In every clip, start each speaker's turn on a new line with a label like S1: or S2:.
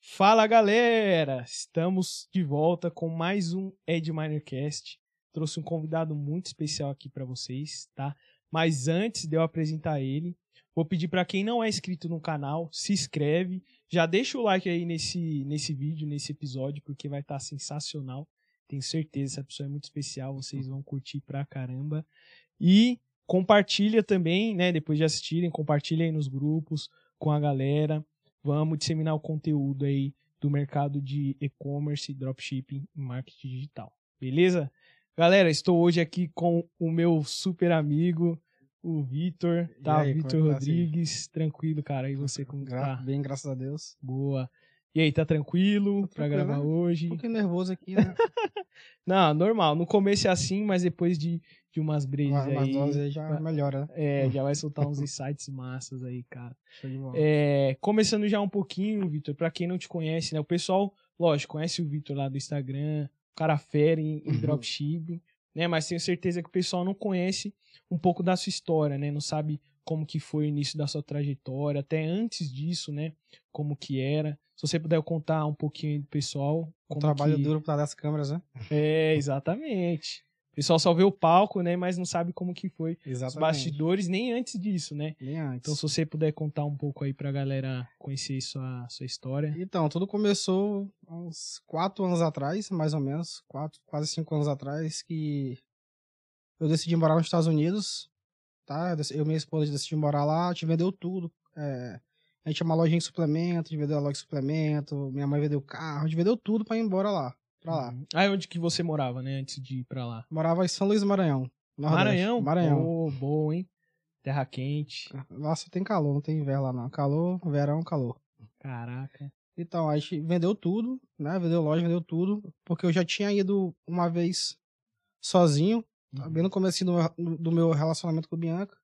S1: Fala galera! Estamos de volta com mais um Ed Minercast. Trouxe um convidado muito especial aqui para vocês, tá? Mas antes de eu apresentar ele, vou pedir para quem não é inscrito no canal, se inscreve, já deixa o like aí nesse, nesse vídeo, nesse episódio, porque vai estar sensacional. Tenho certeza, essa pessoa é muito especial, vocês vão curtir pra caramba. E compartilha também, né? Depois de assistirem, compartilha aí nos grupos com a galera. Vamos disseminar o conteúdo aí do mercado de e-commerce, dropshipping e marketing digital. Beleza? Galera, estou hoje aqui com o meu super amigo, o Vitor,
S2: E
S1: tá?
S2: aí, como é
S1: Vitor
S2: que tá, Cid?
S1: Rodrigues, tranquilo, cara. E você como que tá?
S2: Gra- Bem, graças a Deus.
S1: Boa. E aí, tá tranquilo
S2: Tô
S1: pra
S2: tranquilo,
S1: gravar
S2: né?
S1: hoje?
S2: Um pouquinho nervoso aqui, né?
S1: Não, normal. No começo é assim, mas depois de, de umas brejas
S2: Mas
S1: aí,
S2: umas doses aí já
S1: vai-
S2: melhora, né?
S1: é, já vai soltar uns insights massas aí, cara.
S2: Show de bola. Um
S1: É, começando já um pouquinho, Vitor, pra quem não te conhece, né? O pessoal, lógico, conhece o Vitor lá do Instagram, o cara fera em, em
S2: Uhum.
S1: dropshipping, né? Mas tenho certeza que o pessoal não conhece um pouco da sua história, né? Não sabe como que foi o início da sua trajetória, até antes disso, né? Como que era. Se você puder contar um pouquinho aí do pessoal.
S2: Um
S1: como
S2: trabalho
S1: que-
S2: duro por trás das câmeras, né?
S1: É, exatamente. O pessoal só vê o palco, né? Mas não sabe como que foi os bastidores, nem antes disso, né?
S2: Nem antes.
S1: Então, se você puder contar um pouco aí pra galera conhecer sua, sua história.
S2: Então, tudo começou há uns quatro anos atrás, mais ou menos, quatro, quase cinco anos atrás, que eu decidi morar nos Estados Unidos, tá? Eu dec- Eu e minha esposa decidimos morar lá, a gente vendeu tudo. é, a gente tinha uma lojinha de suplemento, a gente vendeu a loja de suplemento, minha mãe vendeu carro, a gente vendeu tudo pra ir embora lá, pra lá.
S1: Uhum. Ah, onde que você morava, né? Antes de ir pra lá.
S2: Morava em São Luís do Maranhão. Nordeste.
S1: Maranhão?
S2: Maranhão.
S1: Pô, bom, hein? Terra quente.
S2: Nossa, tem calor, não tem inverno lá não. Calor, verão, calor.
S1: Caraca.
S2: Então, a gente vendeu tudo, né? Vendeu loja, vendeu tudo. Porque eu já tinha ido uma vez sozinho,
S1: Uhum.
S2: tá? bem no começo do, do meu relacionamento com o Bianca.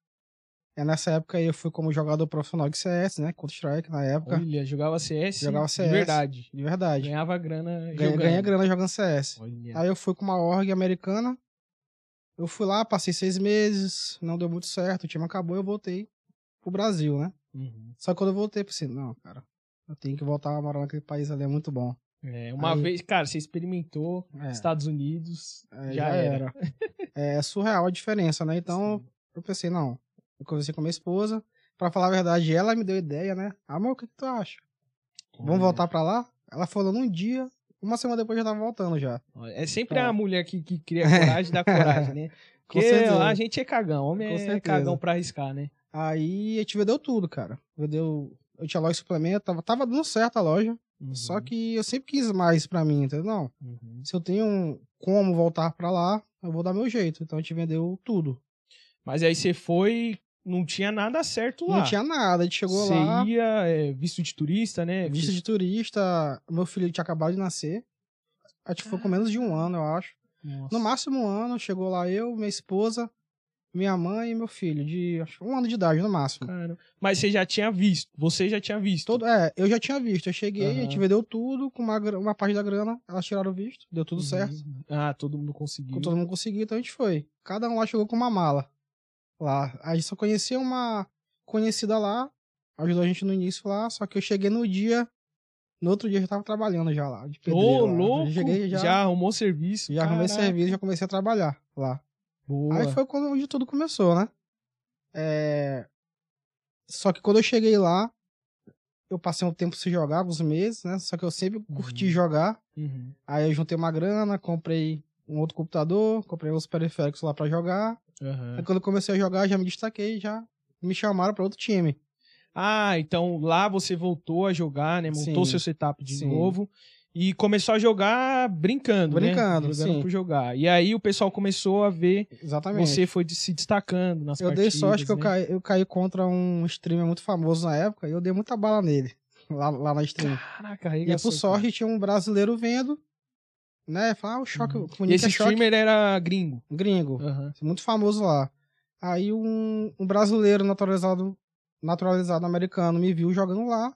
S2: É nessa época aí eu fui como jogador profissional de CS, né? Counter-Strike na época.
S1: Olha, jogava CS.
S2: Jogava
S1: De
S2: CS.
S1: verdade.
S2: De verdade.
S1: Ganhava grana.
S2: Ganhei,
S1: jogando.
S2: ganhei grana jogando CS.
S1: Olha.
S2: Aí eu fui com uma org americana. Eu fui lá, passei seis meses, não deu muito certo, o time acabou eu voltei pro Brasil, né?
S1: Uhum.
S2: Só que quando eu voltei, eu pensei, não, cara, eu tenho que voltar a morar naquele país ali, é muito bom.
S1: É, uma
S2: Aí-
S1: vez, cara, você experimentou
S2: É,
S1: Estados Unidos.
S2: é,
S1: tá já era.
S2: é surreal a diferença, né? Então
S1: Sim.
S2: eu pensei, não, eu conversei com a minha esposa, pra falar a verdade, ela me deu ideia, né? Amor, o que, que tu acha? Vamos
S1: Olha.
S2: voltar pra lá? Ela falou num dia, uma semana depois eu já tava voltando já.
S1: Olha, É sempre
S2: Então-
S1: a mulher que, que cria coragem dá coragem, né?
S2: É. Com
S1: Porque
S2: certeza.
S1: a gente é cagão, homem
S2: Com
S1: é
S2: certeza.
S1: cagão pra arriscar, né?
S2: Aí a gente vendeu tudo, cara. Vendeu. Eu tinha loja de suplemento, tava, tava dando certo a loja. Só que eu sempre quis mais pra mim, entendeu? Não,
S1: Uhum.
S2: se eu tenho um, como voltar pra lá, eu vou dar meu jeito. Então a gente vendeu tudo.
S1: Mas aí você foi, não tinha nada certo lá.
S2: Não tinha nada, a gente chegou
S1: Você
S2: lá,
S1: ia é, visto de turista, né?
S2: visto de turista, meu filho tinha acabado de nascer. A gente foi com menos de um ano, eu acho.
S1: Nossa.
S2: No máximo um ano, chegou lá eu, minha esposa, minha mãe e meu filho, de acho, que um ano de idade no máximo.
S1: Cara. Mas você já tinha visto, você já tinha visto.
S2: Todo, é, eu já tinha visto, eu cheguei, a gente
S1: Aham.
S2: vendeu tudo, com uma, gra- uma parte da grana, elas tiraram o visto, deu tudo
S1: Uhum.
S2: certo.
S1: Ah, todo mundo conseguiu.
S2: Quando todo mundo conseguiu, então a gente foi. Cada um lá chegou com uma mala. Lá. A gente só conhecia uma conhecida lá, ajudou a gente no início lá, só que eu cheguei no dia. No outro dia eu já tava trabalhando já lá. De pedreiro,
S1: Ô,
S2: lá.
S1: louco!
S2: Eu cheguei
S1: já...
S2: já. Já,
S1: arrumou serviço.
S2: arrumei
S1: caraca.
S2: serviço, já comecei a trabalhar lá.
S1: Boa.
S2: Aí foi quando onde tudo começou, né? É... Só que quando eu cheguei lá, eu passei um tempo sem jogar, alguns meses, né? Só que eu sempre curti
S1: Uhum.
S2: jogar.
S1: Uhum.
S2: Aí eu juntei uma grana, comprei um outro computador, comprei uns periféricos lá pra jogar.
S1: Aham.
S2: Aí quando eu comecei a jogar, já me destaquei, já me chamaram pra outro time.
S1: Ah, então lá você voltou a jogar, né? Montou
S2: Sim.
S1: seu setup de
S2: Sim.
S1: novo e começou a jogar brincando,
S2: Brincando,
S1: né? Jogando
S2: sim.
S1: por jogar. E aí o pessoal começou a ver
S2: Exatamente.
S1: você foi de- se destacando nas
S2: eu dei
S1: partidas.
S2: sorte que eu,
S1: né?
S2: caí, eu caí contra um streamer muito famoso na época e eu dei muita bala nele, lá, lá na stream.
S1: Caraca,
S2: E
S1: arregaçou,
S2: por sorte tinha um brasileiro vendo, né? Falar, ah, o choque,
S1: Uhum.
S2: o
S1: cara.
S2: nick
S1: E esse
S2: é choque,
S1: streamer era gringo.
S2: gringo.
S1: Aham.
S2: muito famoso lá. Aí um, um brasileiro naturalizado, naturalizado americano me viu jogando lá.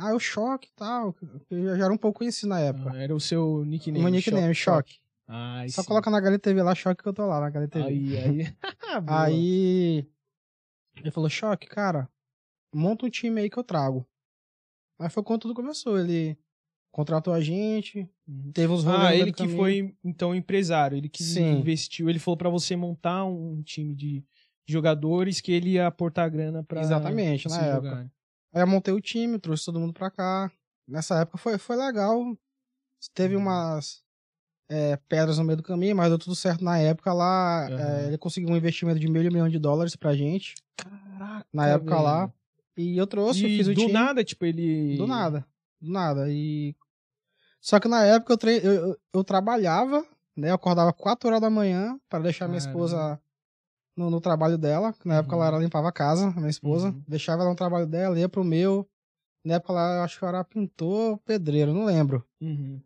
S2: Ah, o choque e tal. Eu já- já era um pouco conhecido na época.
S1: Ah, era o seu nickname.
S2: Meu nickname, é choque.
S1: Ah,
S2: Só coloca na HLTV lá, choque que eu tô lá na HLTV. Aí,
S1: Aí, aí. Ah, Boa.
S2: ele falou, choque, cara, monta um time aí que eu trago. Aí foi quando tudo começou. Ele Contratou a gente, teve uns rolês no
S1: Ah,
S2: meio
S1: ele
S2: do
S1: que
S2: caminho.
S1: foi, então, empresário. Ele que
S2: Sim.
S1: investiu. Ele falou pra você montar um time de jogadores que ele ia aportar a grana pra
S2: Exatamente, na
S1: se
S2: época.
S1: jogarem.
S2: Aí eu montei o time, trouxe todo mundo pra cá. Nessa época foi, foi legal. Teve
S1: Uhum.
S2: umas é, pedras no meio do caminho, mas deu tudo certo na época lá.
S1: Uhum.
S2: é, ele conseguiu um investimento de meio milhão de dólares pra gente.
S1: Caraca,
S2: Na época
S1: velho.
S2: lá, E eu trouxe,
S1: Tá
S2: eu
S1: E
S2: fiz o
S1: do
S2: time.
S1: nada, tipo, ele...
S2: Do nada. Do nada. E... Só que na época eu, tre- eu, eu- eu trabalhava, né? Eu acordava 4 horas da manhã para deixar minha
S1: Caramba.
S2: esposa no, no trabalho dela. que Na época
S1: Uhum.
S2: ela era- limpava a casa, a minha esposa.
S1: Uhum.
S2: Deixava ela no trabalho dela, ia pro meu. Na época ela eu acho que era pintor ou pedreiro, não lembro.
S1: Uhum.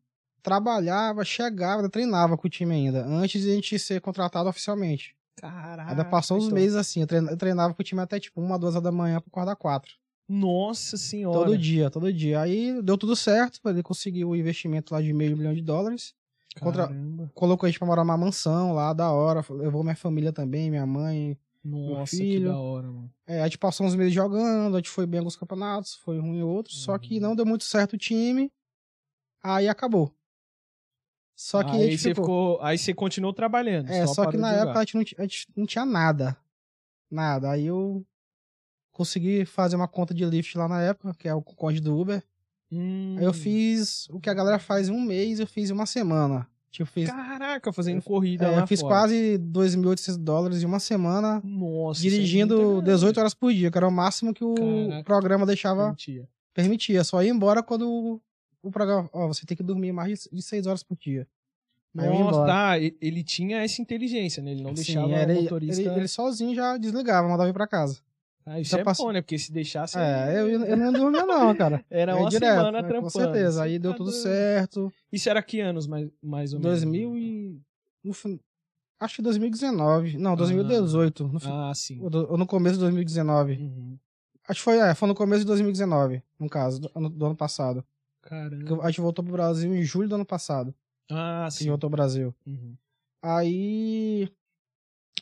S2: Trabalhava, chegava, ainda treinava com o time ainda, antes de a gente ser contratado oficialmente.
S1: Caraca.
S2: ainda passou uns
S1: então.
S2: meses assim, eu treinava, eu treinava com o time até tipo uma, duas horas da manhã pra acordar quatro.
S1: Nossa senhora.
S2: Todo dia, todo dia. Aí deu tudo certo, ele conseguiu o investimento lá de meio milhão de dólares. Contra-
S1: Caramba.
S2: Colocou a gente pra morar numa mansão lá, da hora. Levou minha família também, minha mãe.
S1: Nossa, que
S2: filho.
S1: da hora, mano.
S2: É, a gente passou uns meses jogando, a gente foi bem em alguns campeonatos, foi ruim em outros. Só que
S1: Uhum.
S2: não deu muito certo o time. Aí acabou. Só que a
S1: aí
S2: gente
S1: você
S2: ficou.
S1: ficou... Aí você continuou trabalhando.
S2: É, só, que
S1: parou
S2: na
S1: de
S2: época
S1: jogar.
S2: a gente, não, ti- a gente não tinha nada. Nada. Aí eu consegui fazer uma conta de Lyft lá na época, que é o código do Uber.
S1: Hum.
S2: Aí eu fiz o que a galera faz em um mês, eu fiz em uma semana. Tipo, fiz,
S1: Caraca, fazendo corrida
S2: é,
S1: lá
S2: eu fiz
S1: fora.
S2: quase 2.800 dólares em uma semana,
S1: Nossa. é
S2: dirigindo 18 horas por dia, que era o máximo que o
S1: Caraca. Hum.
S2: programa deixava,
S1: horas.
S2: permitia. Só ia embora quando o, o programa, ó, você tem que dormir mais de 6 horas por dia. Aí eu ia
S1: Nossa,
S2: embora.
S1: tá, e- ele tinha essa inteligência, né? Ele não
S2: Sim,
S1: deixava
S2: era-
S1: o motorista.
S2: ele, ele sozinho já desligava, mandava ir pra casa.
S1: Ah, isso
S2: só
S1: é
S2: passou-
S1: bom, né? Porque se deixasse.
S2: É, eu, eu não dormia não, cara.
S1: Era
S2: Eu ia
S1: uma
S2: direto,
S1: semana
S2: né,
S1: trampando.
S2: Com
S1: Você
S2: certeza, aí deu
S1: tá
S2: tudo
S1: doido.
S2: certo.
S1: Isso era que anos, mais, mais ou menos?
S2: 2000 e. No, fin- acho que 2019. Não, 2018. No, fi-
S1: Ah, sim.
S2: ou do- ou no começo de 2019.
S1: Uhum.
S2: Acho que foi, é, foi no começo de 2019, no caso, do ano, do ano passado. Porque
S1: Caramba.
S2: a gente voltou pro Brasil em julho do ano passado.
S1: Ah,
S2: Que a gente
S1: sim.
S2: voltou pro Brasil.
S1: Uhum.
S2: Aí.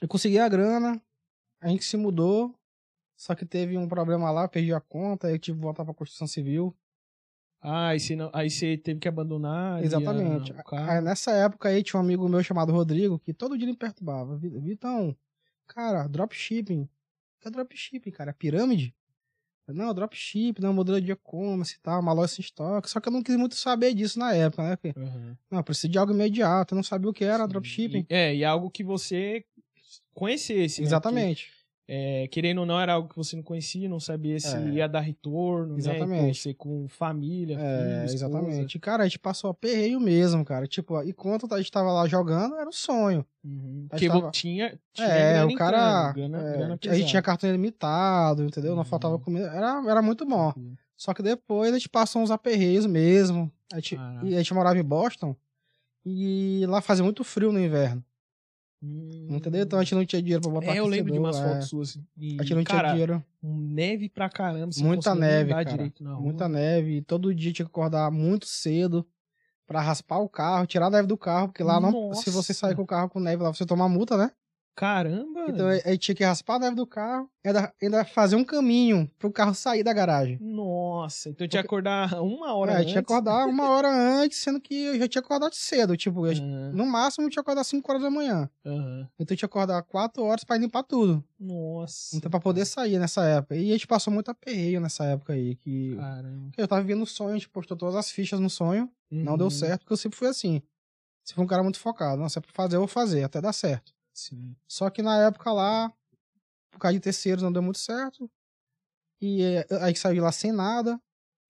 S2: Eu consegui a grana. A gente se mudou. Só que teve um problema lá, eu perdi a conta, aí eu tive que voltar pra construção civil.
S1: Ah, aí você, não- aí você teve que abandonar. ali a-
S2: Exatamente.
S1: o carro.
S2: Aí, nessa época aí tinha um amigo meu chamado Rodrigo que todo dia ele me perturbava. "Vi- Vitão, cara, dropshipping. O que é dropshipping, cara? É pirâmide? Eu, Não, dropshipping, não, modelo de e-commerce e tal, uma loja sem estoque. Só que eu não quis muito saber disso na época, né? Porque,
S1: Uhum.
S2: não, eu preciso de algo imediato. Eu não sabia o que era
S1: Sim.
S2: dropshipping.
S1: E- É, e algo que você conhecesse. né?
S2: Exatamente.
S1: Que, é, querendo ou não, era algo que você não conhecia, não sabia se
S2: É.
S1: ia dar retorno. né? E, pô,
S2: Exatamente.
S1: Você com família,
S2: É,
S1: filho, esposa.
S2: exatamente. Cara, a gente passou a perreio mesmo, cara. Tipo, enquanto a gente tava lá jogando, era um sonho.
S1: Uhum.
S2: Aí
S1: Porque vo-
S2: tava-
S1: tinha, tinha
S2: É,
S1: grana
S2: o cara.
S1: entrando, grana,
S2: é,
S1: grana
S2: a gente tinha
S1: pesada.
S2: cartão ilimitado, entendeu? Não faltava
S1: Uhum.
S2: comida. Era, era muito bom. Só que depois a gente passou uns aperreios mesmo. A gente,
S1: Caraca.
S2: e a gente morava em Boston. E lá fazia muito frio no inverno.
S1: Hum.
S2: Entendeu? Então a gente não tinha dinheiro pra botar
S1: É, eu lembro de
S2: aquecedor,
S1: umas
S2: é.
S1: fotos suas. E,
S2: A gente não
S1: cara,
S2: tinha dinheiro.
S1: neve pra caramba. você não
S2: Muita
S1: conseguia
S2: neve,
S1: andar
S2: cara.
S1: direito na rua.
S2: Muita neve. E todo dia tinha que acordar muito cedo pra raspar o carro, tirar a neve do carro. Porque lá não. Se
S1: Nossa.
S2: você sair com o carro com neve lá, você toma multa, né?
S1: Caramba!
S2: Então aí aí tinha que raspar a neve do carro e ainda, ainda fazer um caminho pro carro sair da garagem.
S1: Nossa, então eu tinha que
S2: Porque-
S1: acordar uma hora
S2: é,
S1: antes.
S2: tinha que acordar uma hora antes, sendo que eu já tinha acordado cedo. Tipo, eu-
S1: Aham,
S2: no máximo eu tinha acordado 5 horas da manhã.
S1: aham.
S2: Então eu tinha que acordar 4 horas pra limpar tudo.
S1: Nossa.
S2: Então, pra poder sair nessa época. E a gente passou muito aperreio nessa época aí. Que
S1: Caramba.
S2: eu tava vivendo um sonho, a gente postou todas as fichas no sonho. Não deu
S1: Uhum,
S2: certo, porque eu sempre fui assim. Sempre fui um cara muito focado. Nossa, é pra fazer, eu vou fazer, até dar certo.
S1: Sim.
S2: Só que na época lá, por causa de terceiros, não deu muito certo. E é, a gente saiu de lá sem nada.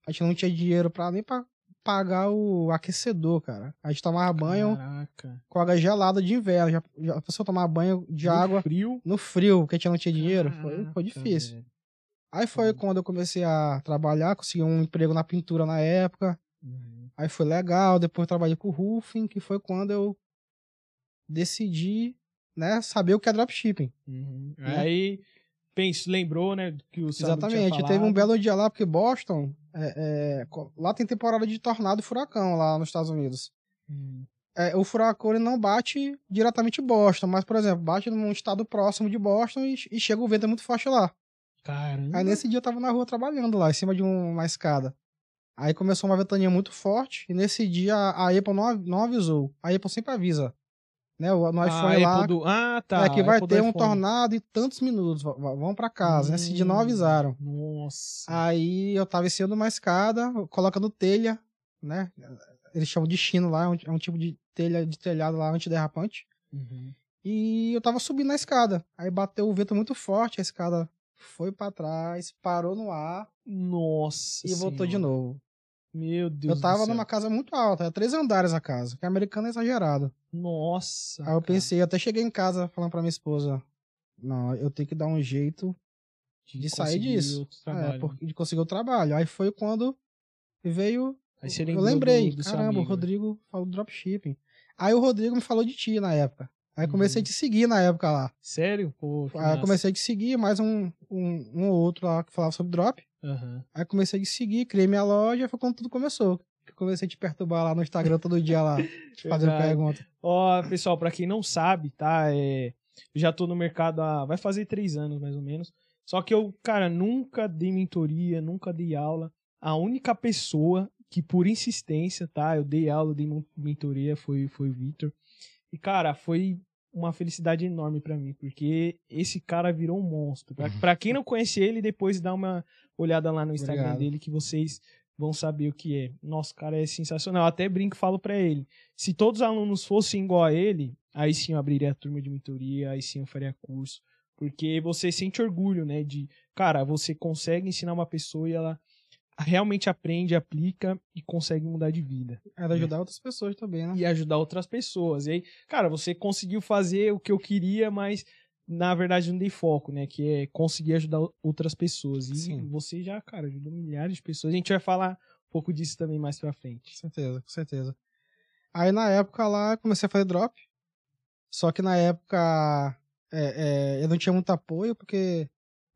S2: A gente não tinha dinheiro pra nem pra pagar o aquecedor, cara. A gente tomava banho
S1: Caraca.
S2: com água gelada de inverno. Já, já a pessoa tomar banho de
S1: No
S2: água
S1: Frio.
S2: no frio, porque a gente não tinha dinheiro. Foi, foi
S1: Caraca,
S2: difícil.
S1: velho.
S2: Aí foi
S1: Uhum.
S2: quando eu comecei a trabalhar, consegui um emprego na pintura na época.
S1: Uhum.
S2: Aí foi legal, depois eu trabalhei com o Roofing, que foi quando eu decidi, né, saber o que é dropshipping.
S1: Uhum.
S2: Né?
S1: Aí, penso, lembrou, né? Que o Sandro tinha
S2: Exatamente. Teve um
S1: falado.
S2: belo dia lá, porque Boston, é, é, co- lá tem temporada de tornado e furacão lá nos Estados Unidos.
S1: Uhum.
S2: É, o furacão ele não bate diretamente em Boston, mas, por exemplo, bate num estado próximo de Boston e, e chega o vento é muito forte lá.
S1: Caramba.
S2: Aí nesse dia eu tava na rua trabalhando lá, em cima de um- uma escada. Aí começou uma ventania muito forte e nesse dia a a Apple não, av- não avisou. A Apple sempre avisa. Né? O, no iPhone
S1: a
S2: lá.
S1: Apple do... Ah, tá.
S2: é que
S1: a
S2: vai
S1: Apple do
S2: ter um
S1: iPhone.
S2: tornado e tantos minutos. v- v- Vão pra casa. Nesse dia
S1: Hum,
S2: não avisaram. Ah.
S1: Nossa.
S2: Aí eu tava ensinando uma escada, colocando telha, né? Eles chamam de chino lá, é um, é um tipo de telha de telhado lá antiderrapante.
S1: Uhum.
S2: E eu tava subindo na escada. Aí bateu o vento muito forte, a escada foi pra trás, parou no ar
S1: Nossa.
S2: e voltou de
S1: Senhora.
S2: novo.
S1: Meu Deus.
S2: eu tava
S1: do céu.
S2: numa casa muito alta, era três andares a casa, que americano é exagerado.
S1: Nossa.
S2: Aí eu
S1: Ah, cara.
S2: pensei, eu até cheguei em casa falando pra minha esposa: Não, eu tenho que dar um jeito de sair
S1: conseguir
S2: disso.
S1: outro
S2: é,
S1: trabalho.
S2: porque de conseguir o trabalho. Aí foi quando veio
S1: Aí você
S2: eu
S1: lembrou
S2: lembrei,
S1: do, do seu
S2: caramba, o
S1: amigo, né?
S2: Rodrigo falou do dropshipping. Aí o Rodrigo me falou de ti na época. Aí
S1: Uhum.
S2: comecei a te seguir na época lá.
S1: Sério? Pô, que
S2: Aí
S1: massa.
S2: Ah, eu comecei a te seguir, mais um, um, um ou outro lá que falava sobre drop.
S1: Aham.
S2: Aí comecei a te seguir, criei minha loja, foi quando tudo começou. Que eu comecei a te perturbar lá no Instagram todo dia lá, te fazendo
S1: Verdade.
S2: pergunta.
S1: Ó, pessoal, pra quem não sabe, tá? É, eu já tô no mercado há. Vai fazer três anos mais ou menos. Só que eu, cara, nunca dei mentoria, nunca dei aula. A única pessoa que, por insistência, tá? Eu dei aula, dei mon- mentoria, foi, foi o Victor. E, cara, foi uma felicidade enorme pra mim, porque esse cara virou um monstro. Pra, pra quem não conhece ele, depois dá uma olhada lá no Instagram
S2: Obrigado.
S1: dele que vocês vão saber o que é. Nossa, o cara é sensacional. Eu até brinco e falo pra ele. Se todos os alunos fossem igual a ele, aí sim eu abriria a turma de mentoria, aí sim eu faria curso. Porque você sente orgulho, né? De, cara, você consegue ensinar uma pessoa e ela realmente aprende, aplica e consegue mudar de vida
S2: Era ajudar outras pessoas também, né?
S1: e ajudar outras pessoas. E aí, cara, você conseguiu fazer o que eu queria, mas na verdade não dei foco, né? Que é conseguir ajudar outras pessoas. E
S2: Sim.
S1: você já, cara, ajudou milhares de pessoas. A gente vai falar um pouco disso também mais pra
S2: Com
S1: frente.
S2: certeza, com certeza. Aí na época lá eu comecei a fazer drop. Só que na época é, é, eu não tinha muito apoio, porque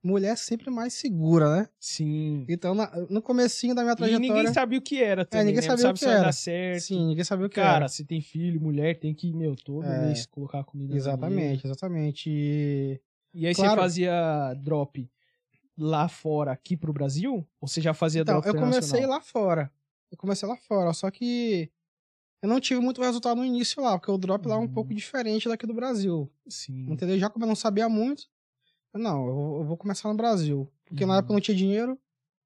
S2: mulher é sempre mais segura, né?
S1: Sim.
S2: Então na- no comecinho da minha
S1: E
S2: trajetória. É,
S1: ninguém sabia o que era também,
S2: ninguém
S1: né?
S2: sabia
S1: não
S2: o
S1: sabe
S2: que
S1: se vai
S2: era.
S1: dar certo.
S2: Sim, ninguém sabia o que
S1: Cara,
S2: era.
S1: se tem filho, mulher, tem que, meu, todo
S2: É.
S1: mês colocar a comida na mesa.
S2: Exatamente, exatamente. E
S1: E aí você
S2: Claro.
S1: fazia drop lá fora, aqui pro Brasil? Ou você já fazia
S2: Então,
S1: drop
S2: eu comecei
S1: internacional?
S2: lá fora. Eu comecei lá fora, só que eu não tive muito resultado no início lá, porque o drop lá é um
S1: Hum.
S2: pouco diferente daqui do Brasil.
S1: Sim.
S2: Entendeu? Já como eu não sabia muito, eu, não, eu vou, eu vou começar no Brasil. Porque
S1: Uhum.
S2: na época eu não tinha dinheiro,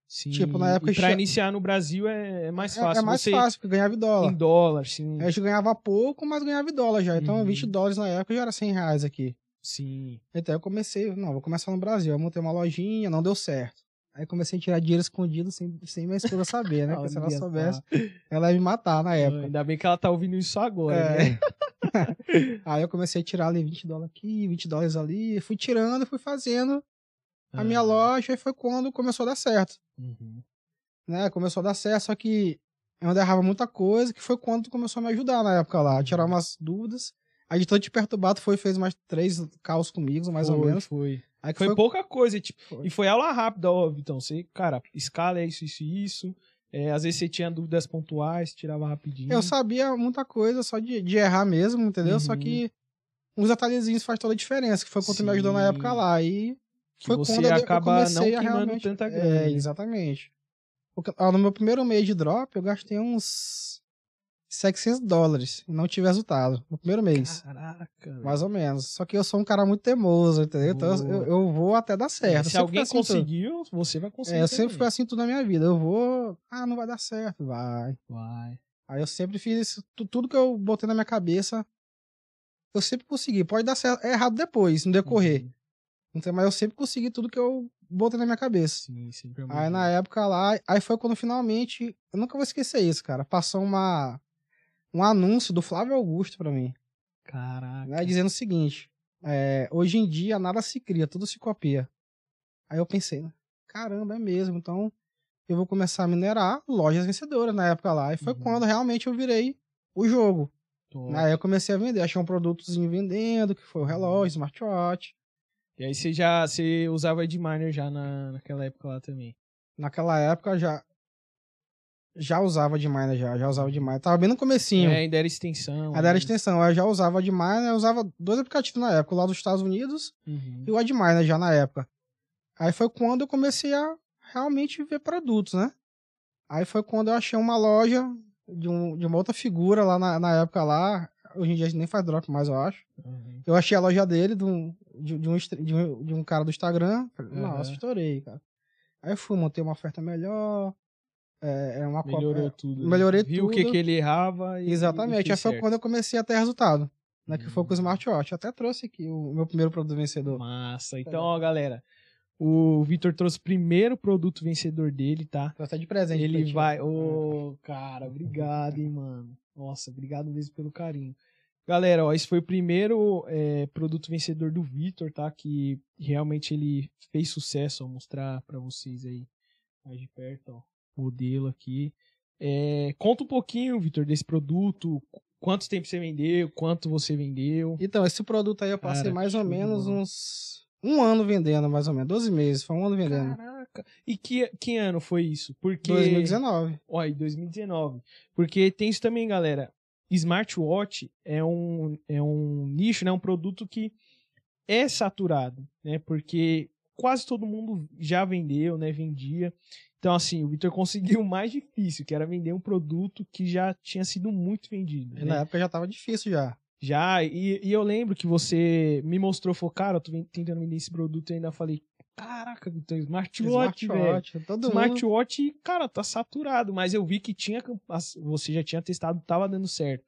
S1: Sim.
S2: Tipo, na época
S1: e pra
S2: che-
S1: iniciar no Brasil é, é mais
S2: é-
S1: fácil.
S2: é, mais
S1: Você
S2: fácil, É porque eu ganhava em dólar.
S1: em dólar, sim.
S2: Aí A gente ganhava pouco, mas ganhava em dólar já. Então,
S1: Uhum.
S2: 20 dólares na época já era 100 reais aqui.
S1: Sim.
S2: Então eu comecei, não, vou começar no Brasil. Eu montei uma lojinha, não deu certo. Aí comecei a tirar dinheiro escondido sem, sem minha esposa saber, né? Porque se ela
S1: Olha só.
S2: soubesse, ela ia me matar na É, época.
S1: Ainda bem que ela tá ouvindo isso agora. né?
S2: É. Aí eu comecei a tirar ali 20 dólares aqui, 20 dólares ali. Fui tirando, fui fazendo a minha
S1: Ah,
S2: loja e foi quando começou a dar certo.
S1: uhum.
S2: né? Começou a dar certo, só que eu ainda errava muita coisa, que foi quando tu começou a me ajudar na época lá, a tirar
S1: Uhum.
S2: umas dúvidas. Aí de tanto te perturbar, tu foi e fez mais três caos comigo, mais ou
S1: Foi,
S2: menos.
S1: Foi.
S2: Aí que
S1: Foi,
S2: foi,
S1: pouca coisa. Tipo,
S2: Foi.
S1: E foi aula rápida, ó, Vitão. Você, cara, escala é isso, isso e isso. É, às vezes você tinha dúvidas pontuais, tirava rapidinho.
S2: Eu sabia muita coisa só de, de errar mesmo, entendeu? Só
S1: Uhum.
S2: que uns detalhezinhos faz toda a diferença, que foi quando tu me ajudou na
S1: Sim.
S2: época lá. E
S1: que
S2: foi
S1: você
S2: quando eu- eu
S1: acaba não
S2: comecei a
S1: queimando
S2: realmente-
S1: tanta grana.
S2: É,
S1: né?
S2: exatamente. Porque, ó, no meu primeiro mês de drop, eu gastei uns 700 dólares e não tive resultado no primeiro mês.
S1: Caraca. velho.
S2: Mais ou menos. Só que eu sou um cara muito teimoso, entendeu? Então
S1: Boa. É,
S2: eu, eu vou até dar certo. Eu
S1: Se
S2: sempre fui
S1: alguém
S2: assim em tudo.
S1: conseguiu, você vai conseguir.
S2: É, eu sempre fui
S1: também.
S2: assim tudo na minha vida. Eu vou. Ah, não vai dar certo. Vai.
S1: Vai.
S2: Aí eu sempre fiz isso, tu- tudo que eu botei na minha cabeça. Eu sempre consegui. Pode dar certo, é errado depois, no decorrer.
S1: Uhum.
S2: Então, mas eu sempre consegui tudo que eu botei na minha cabeça.
S1: Sim, sempre é
S2: Aí
S1: muito
S2: na época lá, aí foi quando finalmente. Eu nunca vou esquecer isso, cara. Passou uma. Um anúncio do Flávio Augusto pra mim.
S1: Caraca.
S2: né, dizendo o seguinte: é, hoje em dia nada se cria, tudo se copia. Aí eu pensei, né, caramba, é mesmo. Então eu vou começar a minerar lojas vencedoras na época lá. E foi
S1: Uhum.
S2: quando realmente eu virei o jogo.
S1: Top.
S2: Aí eu comecei a vender, achei um produtozinho vendendo, que foi o relógio, smartwatch.
S1: E aí você já você usava Edminer já na, naquela época lá também.
S2: Naquela época já já usava demais, né? Já, já usava demais. Tava bem no comecinho.
S1: É, ainda era extensão.
S2: Aí era
S1: né?
S2: extensão, eu já usava demais, né? Eu usava dois aplicativos na época, o lá dos Estados Unidos
S1: Uhum.
S2: e o Adminer já na época. Aí foi quando eu comecei a realmente ver produtos, né? Aí foi quando eu achei uma loja de, um, de uma outra figura lá na, na época lá. Hoje em dia a gente nem faz drop mais, eu acho.
S1: Uhum.
S2: Eu achei a loja dele, de um, de, de um, estre- de um, de um cara do Instagram. Falei,
S1: Aham.
S2: Nossa, estourei, cara. Aí eu fui, montei uma oferta melhor. É, é uma co-
S1: Melhorou
S2: é,
S1: tudo. né?
S2: melhorei
S1: Viu o que,
S2: tudo.
S1: que ele errava e. e
S2: Exatamente. Aí
S1: fez
S2: foi
S1: certo.
S2: quando eu comecei a ter resultado. Né, que foi com o
S1: Hum.
S2: smartwatch. Eu até trouxe aqui o meu primeiro produto vencedor. É.
S1: Massa. Então, ó, galera. O Vitor trouxe o primeiro produto vencedor dele, tá?
S2: Trouxe até de presente. pra
S1: Ele
S2: ti. É.
S1: vai. Ô, cara, obrigado, hein, mano. Nossa, obrigado mesmo pelo carinho. Galera, ó, esse foi o primeiro é, produto vencedor do Vitor, tá? Que realmente ele fez sucesso. Vou mostrar pra vocês aí mais de perto, ó. o Modelo aqui. É, conta um pouquinho, Vitor, desse produto. qu- Quanto tempo você vendeu? Quanto você vendeu?
S2: Então, esse produto aí eu passei
S1: Cara,
S2: mais ou
S1: show de
S2: menos
S1: bola.
S2: uns. Um ano vendendo, mais ou menos. 12 meses, foi um ano vendendo.
S1: Caraca! E que, que ano foi isso? Porque.
S2: 2019.
S1: Olha, 2019. Porque tem isso também, galera. Smartwatch é um, é um nicho, né? Um produto que é saturado, né? Porque quase todo mundo já vendeu, né? Vendia. Então, assim, o Victor conseguiu o mais difícil, que era vender um produto que já tinha sido muito vendido.
S2: Na
S1: né?
S2: época já tava difícil já.
S1: Já, e, e eu lembro que você me mostrou, falou, cara, eu tô ven- tentando vender esse produto e ainda falei, caraca, Victor, smartwatch, velho.
S2: todo mundo.
S1: Smartwatch, cara, tá saturado, mas eu vi que tinha camp- as- você já tinha testado, tava dando certo.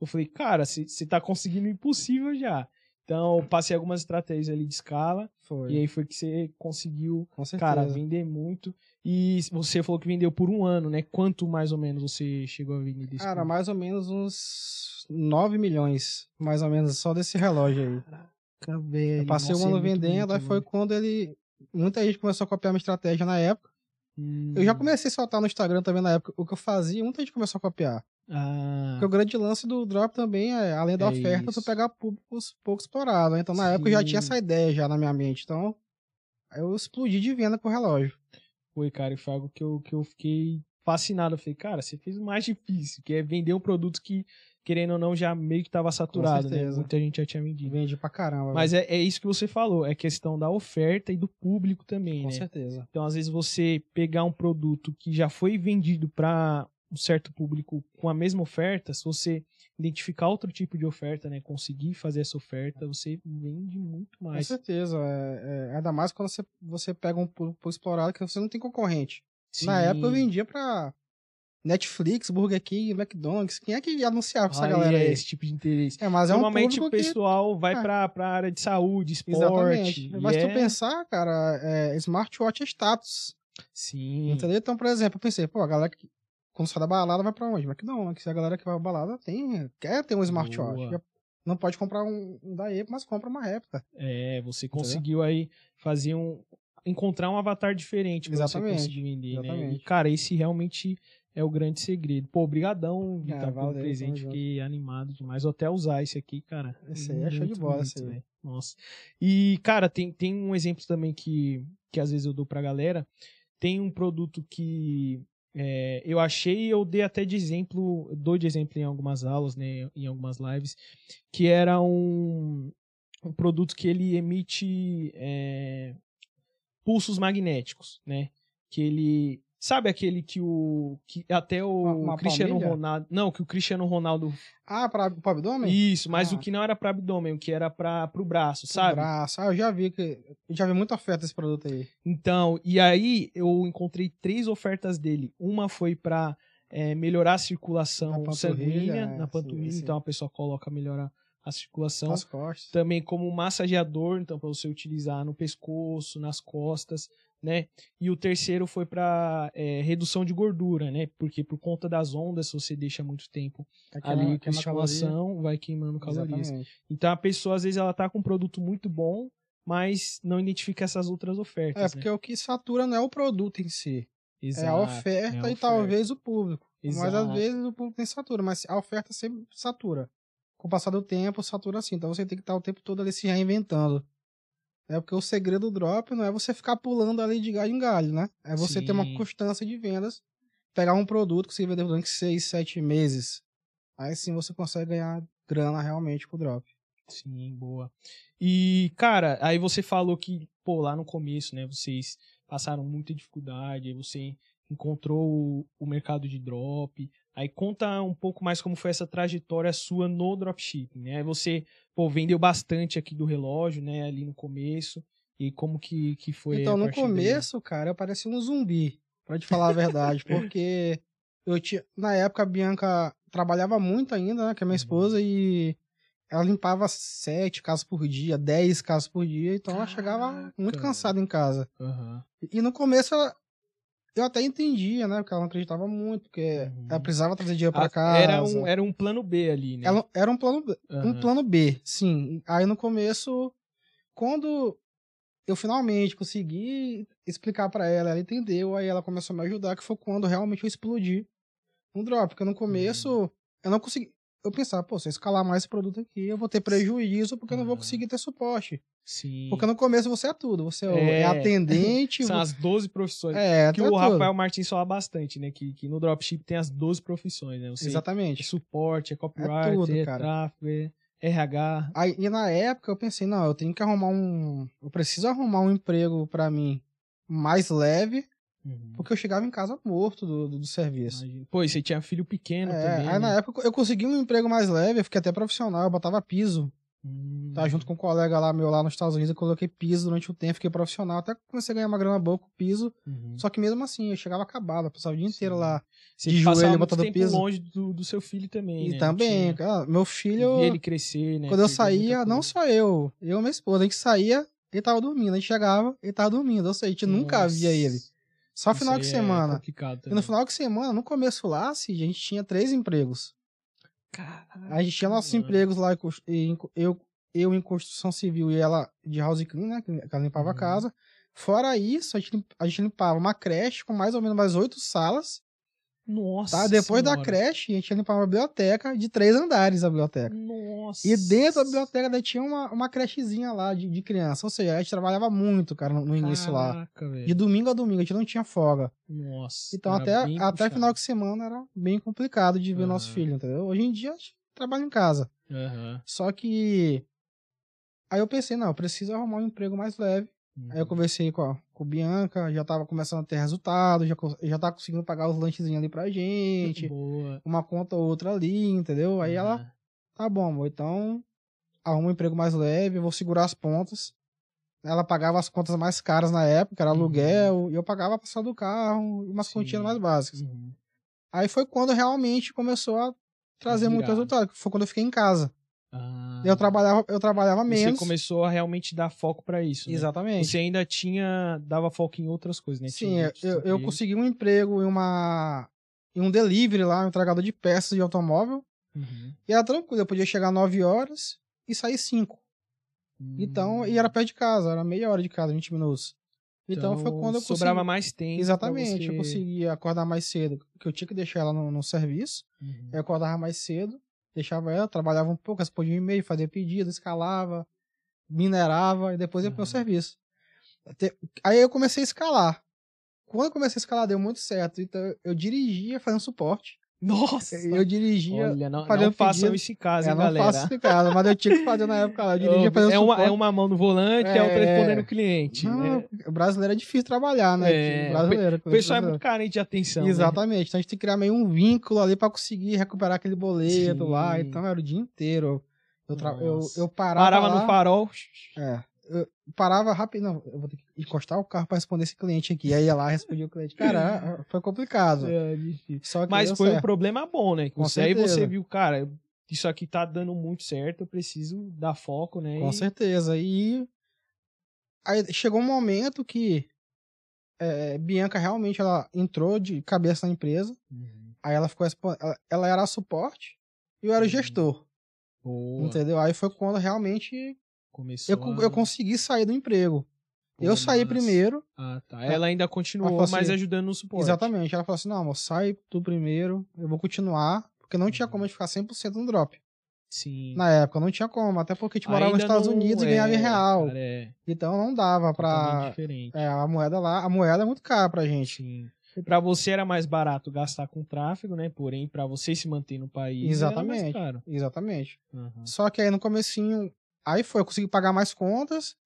S1: Eu falei, cara, você tá conseguindo o impossível já. Então, eu passei algumas estratégias ali de escala,
S2: Foi.
S1: e aí foi que você conseguiu,
S2: com certeza.
S1: cara, vender muito. E você falou que vendeu por um ano, né? Quanto mais ou menos você chegou a vender desse
S2: Cara,
S1: produto?
S2: mais ou menos uns 9 milhões, mais ou menos, só desse relógio aí.
S1: Caraca, velho,
S2: Eu passei
S1: nossa,
S2: um
S1: é
S2: ano
S1: muito
S2: vendendo,
S1: bonito,
S2: aí foi
S1: mano.
S2: quando ele. Muita gente começou a copiar minha estratégia na época.
S1: Hum.
S2: Eu já comecei a soltar no Instagram também na época o que eu fazia, muita gente começou a copiar.
S1: Ah,
S2: Porque o grande lance do drop também é, além da
S1: É
S2: oferta,
S1: isso.
S2: tu pegar públicos pouco explorados. né? Então, na época, eu já tinha
S1: Sim.
S2: essa ideia já na minha mente. Então, aí eu explodi de venda com o relógio.
S1: Foi, cara, e foi algo que eu, que eu fiquei fascinado. Eu falei, cara, você fez o mais difícil, que é vender um produto que, querendo ou não, já meio que tava saturado, né?
S2: certeza.
S1: Muita gente já tinha vendido.
S2: Vendi pra caramba.
S1: Mas é, é isso que você falou, é questão da oferta e do público também,
S2: velho. com
S1: né?
S2: certeza.
S1: Então, às vezes, você pegar um produto que já foi vendido para um certo público com a mesma oferta, se você identificar outro tipo de oferta, né? Conseguir fazer essa oferta, você vende muito
S2: Com
S1: mais.
S2: certeza. É, é- ainda mais quando você, você pega um público explorado que você não tem concorrente. Na
S1: Sim.
S2: época eu vendia pra Netflix, Burger King, McDonald's. Quem é que anunciava pra essa
S1: Aí
S2: galera
S1: é
S2: aí?
S1: esse tipo de interesse.
S2: É, mas é um
S1: Normalmente
S2: público
S1: o
S2: que...
S1: pessoal vai
S2: é.
S1: pra, pra área de saúde, esporte.
S2: Exatamente.
S1: e
S2: Mas
S1: é-
S2: tu pensar, cara, é, smartwatch é status.
S1: Sim.
S2: Entendeu? Então, por exemplo, eu pensei, pô, a galera que quando sai da balada vai pra onde? McDonald's. Se a galera que vai pra balada tem, quer ter um smartwatch.
S1: Boa.
S2: Já Não pode comprar um, um da Apple, mas compra uma réplica.
S1: É, você conseguiu aí fazer um. encontrar um avatar diferente pra
S2: Exatamente,
S1: você conseguir vender, né? E,
S2: exatamente.
S1: cara, esse realmente é o grande segredo. Pô, obrigadão, Vitor,
S2: Cara,
S1: pelo
S2: Ah, valeu, tamo
S1: presente.
S2: junto.
S1: Fiquei animado demais. Vou até usar esse aqui, cara.
S2: Esse aí é show
S1: Muito
S2: de bola,
S1: bonito,
S2: esse aí.
S1: velho. Nossa. E, cara, tem, tem um exemplo também que, que às vezes eu dou pra galera. Tem um produto que é, eu achei e eu dei até de exemplo, eu dou de exemplo em algumas aulas, né, em algumas lives, que era um, um produto que ele emite é, pulsos magnéticos, né? Que ele. Sabe aquele que o. que até o
S2: Uma- uma
S1: Cristiano
S2: palmilha?
S1: Ronaldo. Não, que o Cristiano Ronaldo.
S2: Ah, pra, pro abdômen?
S1: Isso, mas
S2: Ah.
S1: o que não era para abdômen, o que era para o braço,
S2: Pro
S1: sabe?
S2: Braço. Ah, eu já vi que. Eu já vi muita oferta desse produto aí.
S1: Então, e aí eu encontrei três ofertas dele. Uma foi para melhorar a
S2: Na
S1: circulação
S2: panturrilha,
S1: sanguínea
S2: é,
S1: na panturrilha,
S2: sim, sim.
S1: então a pessoa coloca melhorar a circulação.
S2: Nas costas.
S1: Também como massageador, então para você utilizar no pescoço, nas costas, né? E o terceiro foi para redução de gordura, né? Porque por conta das ondas, se você deixa muito tempo
S2: Aquela-
S1: então, ali com
S2: aquela é caloria.
S1: estimulação, vai queimando calorias.
S2: Exatamente.
S1: Então a pessoa às vezes ela tá com um produto muito bom, mas não identifica essas outras ofertas.
S2: É,
S1: né?
S2: porque o que satura não é o produto em si.
S1: Exato,
S2: é a oferta e talvez o público. Mas
S1: Exato.
S2: às vezes o público nem satura, mas a oferta sempre satura. Com o passar do tempo, satura sim. Então você tem que estar o tempo todo ali se reinventando. É porque o segredo do drop não é você ficar pulando ali de galho em galho, né? É você ter uma
S1: Sim.
S2: constância de vendas, pegar um produto que você vender durante 6, 7 meses. Aí sim você consegue ganhar grana realmente com o drop.
S1: Sim, boa. E, cara, aí você falou que, pô, lá no começo, né, vocês passaram muita dificuldade, aí você encontrou o, o mercado de drop. Aí conta um pouco mais como foi essa trajetória sua no dropshipping, né? Aí você, pô, vendeu bastante aqui do relógio, né, ali no começo. E como que, que foi
S2: Então,
S1: a
S2: no
S1: partir
S2: começo, cara, eu parecia um zumbi, pra te falar a verdade, porque eu tinha. Na época, a Bianca trabalhava muito ainda, né, que é minha
S1: Uhum.
S2: esposa, e ela limpava sete casas por dia, dez casas por dia, então ela chegava
S1: Caraca.
S2: muito cansada em casa.
S1: dele? Aham.
S2: E no começo, ela- eu até entendia, né, porque ela não acreditava muito, porque
S1: Uhum.
S2: ela precisava trazer dinheiro pra
S1: Ah,
S2: casa.
S1: Era um, era um plano B ali, né?
S2: Ela- era um plano um
S1: Aham.
S2: plano B, sim. Aí no começo, quando eu finalmente consegui explicar pra ela, ela entendeu, aí ela começou a me ajudar, que foi quando realmente eu explodi no drop, porque no começo
S1: Uhum.
S2: eu não consegui eu pensava, pô, se eu escalar mais esse produto aqui, eu vou ter prejuízo porque eu não vou
S1: Aham.
S2: conseguir ter suporte.
S1: Sim.
S2: Porque no começo você é tudo, você é,
S1: É.
S2: atendente,
S1: São
S2: vo-
S1: as 12 profissões.
S2: é,
S1: que
S2: tu é
S1: o
S2: tudo.
S1: Rafael Martins fala bastante, né? Que, que no dropship tem as 12 profissões, né? Você é
S2: Exatamente.
S1: suporte, é copyright, é,
S2: tudo, cara.
S1: tráfego, é RH.
S2: Aí, e na época eu pensei, não, eu tenho que arrumar um. Eu preciso arrumar um emprego pra mim mais leve,
S1: Uhum.
S2: porque eu chegava em casa morto do, do, do serviço.
S1: Imagina. Pô, e você tinha filho pequeno
S2: É,
S1: também.
S2: aí
S1: né?
S2: na época eu consegui um emprego mais leve, eu fiquei até profissional, eu botava piso.
S1: Hum.
S2: Tá junto com um colega lá meu lá nos Estados Unidos, eu coloquei piso durante um tempo, fiquei profissional, até comecei a ganhar uma grana boa com piso.
S1: Uhum.
S2: Só que mesmo assim, eu chegava acabado, eu passava o dia inteiro
S1: Sim.
S2: lá.
S1: Você
S2: de
S1: passava
S2: joelho,
S1: muito
S2: botando
S1: tempo
S2: peso.
S1: longe do, do seu filho também.
S2: E
S1: né?
S2: também,
S1: Tinha-
S2: cara, meu filho.
S1: via ele crescer, né?
S2: Quando eu
S1: Teve muita
S2: saía, não
S1: coisa.
S2: só eu, eu e minha esposa, a gente saía, ele tava dormindo, a gente chegava, ele tava dormindo, ou seja, a gente nunca
S1: Nossa.
S2: via ele. Só
S1: Isso
S2: final de
S1: aí é
S2: semana.
S1: complicado
S2: e no
S1: também.
S2: final de semana, no começo lá, Cid, a gente tinha três empregos.
S1: Caraca,
S2: A gente tinha nossos
S1: mano.
S2: empregos lá, em cons- em- eu, eu em construção civil e ela de house clean, né, que ela limpava a
S1: Uhum.
S2: casa. Fora isso, a gente, lim- a gente limpava uma creche com mais ou menos mais oito salas,
S1: Nossa.
S2: tá? Depois da
S1: senhora.
S2: creche, a gente ia limpar uma biblioteca de três andares a biblioteca.
S1: Nossa.
S2: E dentro da biblioteca daí tinha uma, uma crechezinha lá de, de criança. Ou seja, a gente trabalhava muito, cara, no, no início lá.
S1: Caraca, velho.
S2: De domingo a domingo, a gente não tinha folga.
S1: Nossa.
S2: Então,
S1: era
S2: até,
S1: bem
S2: até
S1: puxado.
S2: final de semana era bem complicado de ver nosso
S1: Aham.
S2: filho, entendeu? Hoje em dia a gente trabalha em casa.
S1: Aham.
S2: Só que. Aí eu pensei, não, eu preciso arrumar um emprego mais leve. Aí É,
S1: uhum.
S2: eu conversei com a, com a Bianca, já tava começando a ter resultado, já, cons- já tava conseguindo pagar os lanchezinhos ali pra gente,
S1: Boa. né?
S2: uma conta ou outra ali, entendeu? Aí ela
S1: Aham.
S2: tá bom, amor, então arruma um emprego mais leve, eu vou segurar as pontas. Ela pagava as contas mais caras na época, era
S1: Uhum.
S2: aluguel, e eu pagava a passada do carro e umas
S1: Sim.
S2: continhas mais básicas.
S1: Uhum.
S2: Aí foi quando realmente começou a trazer muito
S1: Virada.
S2: resultado, que foi quando eu fiquei em casa.
S1: Ah.
S2: Eu trabalhava, eu trabalhava
S1: Você
S2: menos.
S1: começou a realmente dar foco pra isso. né?
S2: Exatamente.
S1: Você ainda tinha. dava foco em outras coisas, né?
S2: Sim,
S1: Tinha
S2: eu,
S1: outros
S2: eu eu
S1: empregos.
S2: consegui um emprego em uma em um delivery lá, um entregador de peças de automóvel,
S1: Uhum.
S2: e era tranquilo, eu podia chegar 9 horas e sair 5.
S1: Hum,
S2: Então, e era perto de casa, era meia hora de casa, 20 minutos. Então, foi quando eu consegui.
S1: Sobrava mais tempo. pra
S2: Exatamente, eu
S1: você-
S2: conseguia acordar mais cedo, que eu tinha que deixar ela no, no serviço.
S1: Uhum.
S2: Eu acordava mais cedo, deixava ela, trabalhava um pouco, respondia um e-mail, fazia pedido, escalava, minerava e depois ia pro meu
S1: Aham.
S2: serviço. Até- Aí eu comecei a escalar. Quando eu comecei a escalar, deu muito certo. Então eu dirigia fazendo suporte.
S1: Nossa!
S2: Eu dirigia.
S1: Olha, não,
S2: fazendo
S1: não façam
S2: pedido.
S1: isso em casa,
S2: é,
S1: hein,
S2: não
S1: galera?
S2: faço isso em casa, mas eu tinha que fazer na época lá. Eu dirigia fazendo
S1: é, uma,
S2: suporte.
S1: é uma mão no volante, é, outra
S2: É.
S1: respondendo o cliente.
S2: Não,
S1: né?
S2: o brasileiro é difícil trabalhar, né?
S1: É,
S2: O brasileiro.
S1: O pessoal é muito carente de atenção. né?
S2: Exatamente. Então a gente tem que criar meio um vínculo ali pra conseguir recuperar aquele boleto
S1: Sim.
S2: lá. Então era o dia inteiro. Eu, tra- eu,
S1: Nossa.
S2: eu parava.
S1: Parava
S2: lá,
S1: no farol.
S2: É. Eu parava rápido. Não, eu vou ter que encostar o carro pra responder esse cliente aqui. Aí ia lá respondia o cliente. Cara, foi complicado.
S1: É, difícil.
S2: Só que
S1: Mas
S2: deu
S1: foi um
S2: certo.
S1: problema bom, né? Que
S2: Com
S1: você, aí
S2: certeza.
S1: você viu, cara, isso aqui tá dando muito certo, eu preciso dar foco, né?
S2: Com
S1: e-
S2: certeza. E aí chegou um momento que é, Bianca realmente ela entrou de cabeça na empresa.
S1: Uhum.
S2: Aí ela ficou respon- ela, ela era a suporte e eu era o
S1: Uhum.
S2: gestor,
S1: Boa.
S2: entendeu? Aí foi quando realmente
S1: Começou.
S2: eu, co-
S1: a-
S2: eu consegui sair do emprego.
S1: né. Pô,
S2: eu saí
S1: massa.
S2: primeiro,
S1: Ah, tá. Ela ainda continuou,
S2: Ela falou
S1: mas
S2: assim,
S1: ajudando no suporte.
S2: exatamente. Ela falou assim: "Não, amor, sai tu primeiro, eu vou continuar, porque não tinha
S1: Uhum.
S2: como eu ficar 100% no drop.
S1: Sim.
S2: Na época não tinha como, até porque a gente morava nos
S1: Ainda
S2: Estados
S1: não-
S2: Unidos e
S1: é,
S2: ganhava em real.
S1: Cara, é
S2: Então não dava
S1: totalmente
S2: pra
S1: diferente.
S2: É, a moeda lá, a moeda é muito cara pra gente.
S1: Sim. Pra você era mais barato gastar com tráfego, né? Porém, pra você se manter no país,
S2: Exatamente.
S1: era mais caro.
S2: Exatamente.
S1: Aham.
S2: Só que aí no comecinho, aí foi, eu consegui pagar mais contas,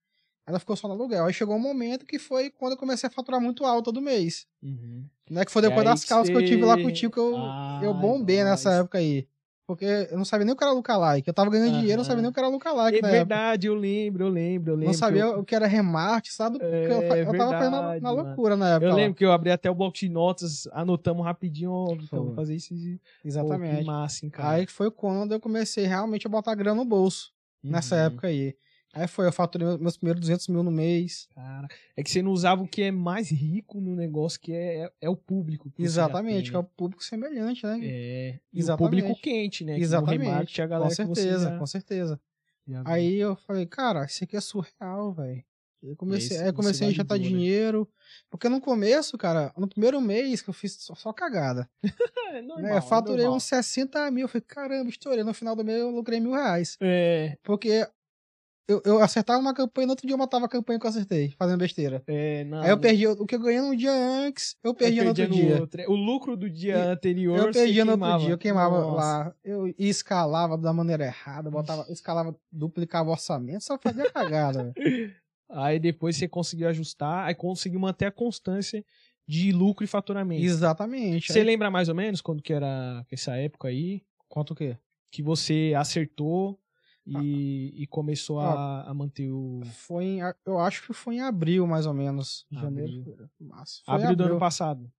S2: ela ficou só no aluguel. Aí chegou um momento que foi quando eu comecei a faturar muito alto todo mês.
S1: Uhum.
S2: Não é que foi depois
S1: aí
S2: das
S1: que
S2: calças que eu tive lá
S1: você-
S2: contigo que eu,
S1: Ah,
S2: eu bombei
S1: então,
S2: nessa
S1: mas-
S2: época aí. Porque eu não sabia nem o que era lookalike. Eu tava ganhando dinheiro, eu não sabia
S1: Aham.
S2: nem o que era lookalike
S1: É
S2: na época.
S1: verdade, eu lembro, eu lembro, eu lembro.
S2: Tá Não sabia
S1: Eu,
S2: o que era remarketing, sabe? Porque eu, fa-
S1: É
S2: eu tava fazendo na,
S1: verdade,
S2: na
S1: mano.
S2: loucura na época.
S1: eu
S2: lá.
S1: lembro que eu abri até o bloco de notas, anotamos rapidinho, ó, então, vou
S2: Foi.
S1: fazer isso. e- Pô, que
S2: Exatamente.
S1: massa, hein, cara.
S2: Aí que foi quando eu comecei realmente a botar grana no bolso,
S1: Uhum.
S2: nessa época aí. Aí foi, eu faturei meus- meus primeiros 200 mil no mês.
S1: Cara, é que você não usava o que é mais rico no negócio, que é, é, é o público. que você já
S2: Exatamente,
S1: tem. né?
S2: que é o público semelhante, né?
S1: É, e o
S2: Exatamente.
S1: público quente, né? Que no
S2: Exatamente,
S1: remarketing é a galera
S2: com certeza, com certeza.
S1: que você já, já vê.
S2: Aí eu falei, cara, isso aqui é surreal, velho. Eu comecei,
S1: Esse
S2: aí eu
S1: você
S2: comecei a injetar
S1: validou, né?
S2: dinheiro. Porque no começo, cara, no primeiro mês que eu fiz só, só cagada.
S1: É,
S2: né? Eu faturei uns 60 mil. Eu falei, caramba, estourei. No final do mês eu lucrei mil reais.
S1: É,
S2: Porque eu, eu acertava uma campanha, no outro dia eu matava a campanha que eu acertei, fazendo besteira.
S1: é, não.
S2: aí eu perdi o que eu ganhei num dia antes, eu perdi
S1: eu
S2: no outro
S1: perdia
S2: dia.
S1: outro. é, O lucro do dia
S2: E-
S1: anterior.
S2: Eu
S1: você
S2: perdia no outro
S1: queimava.
S2: dia, eu queimava
S1: Nossa.
S2: lá. Eu escalava da maneira errada, botava, escalava, duplicava o orçamento, só fazia cagada. velho.
S1: Aí depois você conseguiu ajustar, aí conseguiu manter a constância de lucro e faturamento.
S2: Exatamente.
S1: Você
S2: Aí-
S1: lembra mais ou menos quando que era essa época aí?
S2: Conta o quê?
S1: Que você acertou
S2: Ah.
S1: e, e começou a, a manter o.
S2: Foi em, a- eu acho que foi em abril, mais ou menos. de
S1: Abril.
S2: Janeiro. fevereiro, março. Foi
S1: Abril do ano
S2: passado.
S1: passado,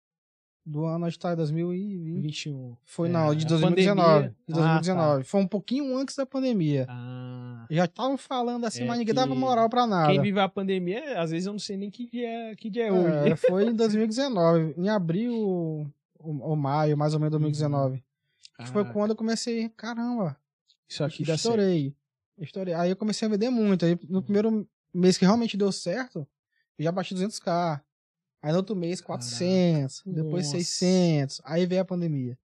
S2: Do ano, a gente tá em 2020.
S1: 21.
S2: Foi
S1: É,
S2: não, de
S1: a
S2: 2019.
S1: pandemia.
S2: De
S1: Ah,
S2: 2019. Foi um pouquinho antes da pandemia.
S1: Ah.
S2: Já estavam falando assim,
S1: É
S2: mas ninguém
S1: que-
S2: dava moral pra nada.
S1: Quem vive a pandemia, às vezes eu não sei nem que dia, que dia é hoje.
S2: É,
S1: né?
S2: foi em 2019, em abril ou, ou maio, mais ou menos 2019. Que foi
S1: Ah,
S2: quando eu comecei, caramba,
S1: Isso aqui dá certo.
S2: estourei. Estourei. Aí eu comecei a vender muito. Aí no primeiro mês que realmente deu certo, eu já bati 200k. Aí no outro mês, 400. Depois
S1: Nossa.
S2: 600. Aí veio a pandemia.